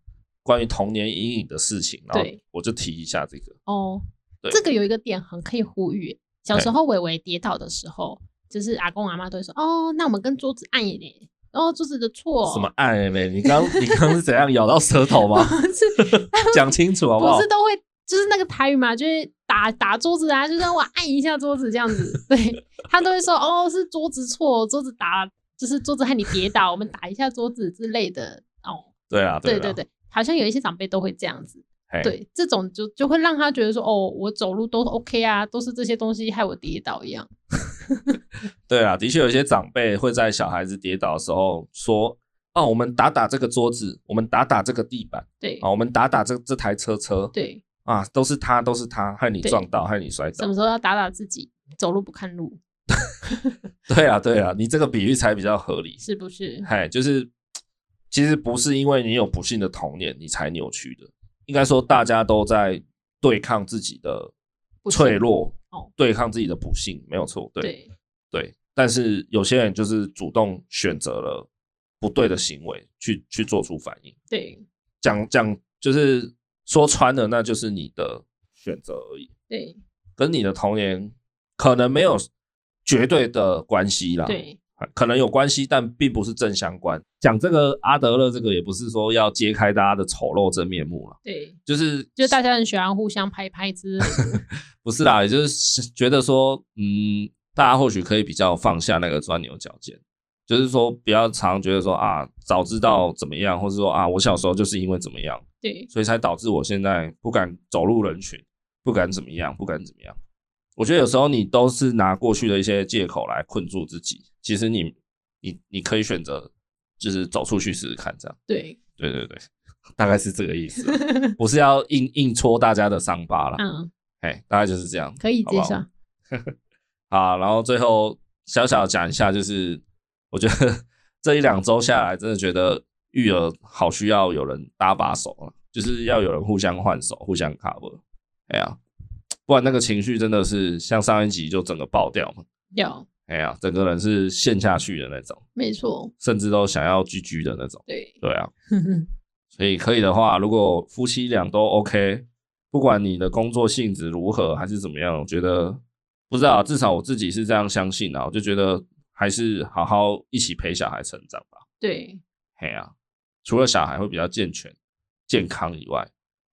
A: 关于童年阴影的事情，然后
B: 对
A: 我就提一下这个。
B: 哦
A: 对，
B: 这个有一个点很可以呼吁。小时候伟伟跌倒的时候，就是阿公阿妈都会说：“哦，那我们跟桌子按一点，哦，桌子的错。”
A: 什么？爱嘞？你刚你刚是怎样咬到舌头 吗？
B: 是
A: 讲清楚好不好
B: 不是？都会就是那个台语嘛，就是打打桌子啊，就让我按一下桌子这样子。对他都会说哦，是桌子错，桌子打就是桌子害你跌倒，我们打一下桌子之类的。哦，
A: 对啊，
B: 对
A: 啊
B: 对，对，好像有一些长辈都会这样子。
A: 嘿，
B: 对，这种就就会让他觉得说哦，我走路都 OK 啊，都是这些东西害我跌倒一样。
A: 对啊，的确有一些长辈会在小孩子跌倒的时候说：“哦，我们打打这个桌子，我们打打这个地板，
B: 对
A: 啊，我们打打这这台车车，
B: 对，
A: 啊，都是他，都是他，害你
B: 对
A: 撞到，害你摔
B: 什
A: 倒
B: 么。时候要打打自己？”走路不看路，
A: 对啊，对啊，你这个比喻才比较合理。
B: 是不是？
A: 嗨，就是其实不是因为你有不幸的童年你才扭曲的，应该说大家都在对抗自己的
B: 不幸
A: 脆弱，
B: 哦
A: 对抗自己的不幸，没有错，对
B: 对，
A: 对但是有些人就是主动选择了不对的行为去去做出反应，
B: 对，
A: 讲讲就是说穿了，那就是你的选择而已，
B: 对，
A: 跟你的童年可能没有绝对的关系啦，
B: 对，
A: 可能有关系，但并不是正相关。讲这个阿德勒，这个也不是说要揭开大家的丑陋真面目了，
B: 对，
A: 就是
B: 就大家很喜欢互相拍拍之类的
A: 不是啦，也就是觉得说，嗯，大家或许可以比较放下那个钻牛角尖，就是说不要常觉得说啊，早知道怎么样，或是说啊，我小时候就是因为怎么样，
B: 对，
A: 所以才导致我现在不敢走入人群，不敢怎么样，不敢怎么样。我觉得有时候你都是拿过去的一些借口来困住自己，其实你你你可以选择就是走出去试试看，这样。
B: 对，
A: 对对对，大概是这个意思啊，不是要硬硬戳大家的伤疤啦。
B: 嗯，
A: 哎、大概就是这样。
B: 可以
A: 好
B: 接
A: 不好
B: 受。
A: 啊，然后最后小小讲一下，就是我觉得这一两周下来，真的觉得育儿好需要有人搭把手啊，就是要有人互相换手、互相 cover。哎呀，不然那个情绪真的是像上一集就整个爆掉嘛。
B: 有，
A: 哎呀，整个人是陷下去的那种，
B: 没错，
A: 甚至都想要居居的那种。
B: 对，
A: 对 啊，所以可以的话，如果夫妻俩都 OK，不管你的工作性质如何还是怎么样，我觉得不知道，至少我自己是这样相信啊，我就觉得还是好好一起陪小孩成长吧。
B: 对，
A: 嘿啊，除了小孩会比较健全、健康以外，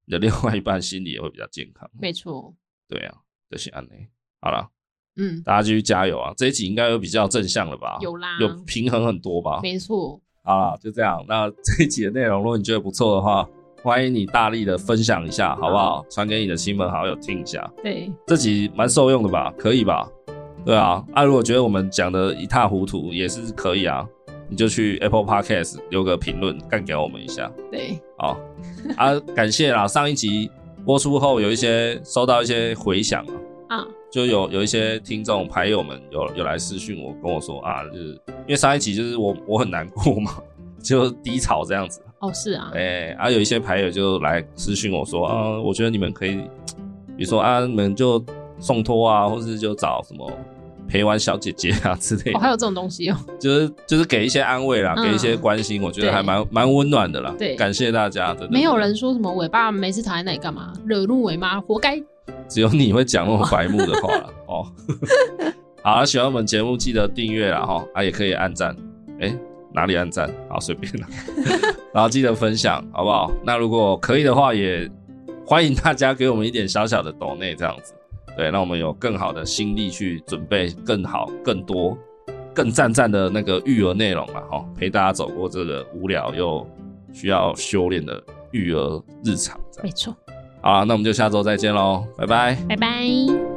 A: 你的另外一半心理也会比较健康。
B: 没错，
A: 对啊，这些案例好了，
B: 嗯，
A: 大家继续加油啊！这一集应该有比较正向了吧？
B: 有啦
A: 有平衡很多吧？
B: 没错，
A: 好啦，就这样。那这一集的内容，如果你觉得不错的话， 欢迎你大力的分享一下，好不好？传给你的亲朋好友听一下，
B: 对，
A: 这集蛮受用的吧？可以吧？对啊，啊，如果觉得我们讲的一塌糊涂，也是可以啊，你就去 Apple Podcast 留个评论，干给我们一下。
B: 对，
A: 好啊， 感谢啦！上一集播出后，有一些收到一些回响啊，
B: 啊，
A: 就有有一些听众牌友们有有来私讯我，跟我说啊，就是因为上一集就是我我很难过嘛，就低潮这样子，
B: 哦，是啊，
A: 哎、啊有一些牌友就来私讯我说啊，我觉得你们可以，比如说啊，你们就送托啊，或是就找什么陪玩小姐姐啊之类
B: 哦，还
A: 的，
B: 有这种东西哦，
A: 就是就是给一些安慰啦，
B: 嗯
A: 给一些关心，我觉得
B: 对
A: 还蛮蛮温暖的啦，
B: 对
A: 感谢大家，真的
B: 没有人说什么尾巴没事躺在那里干嘛，惹怒尾妈，活该，
A: 只有你会讲那种白目的话了 哦。好，那喜欢我们节目记得订阅啦哈，啊也可以按赞，哎、哪里按赞？好随便啦，然后记得分享好不好？那如果可以的话，也欢迎大家给我们一点小小的抖内这样子，对，让我们有更好的心力去准备更好、更多、更赞赞的那个育儿内容了哈，陪大家走过这个无聊又需要修炼的育儿日常这样。
B: 没错，
A: 好啦，那我们就下周再见喽，拜拜。
B: 拜拜。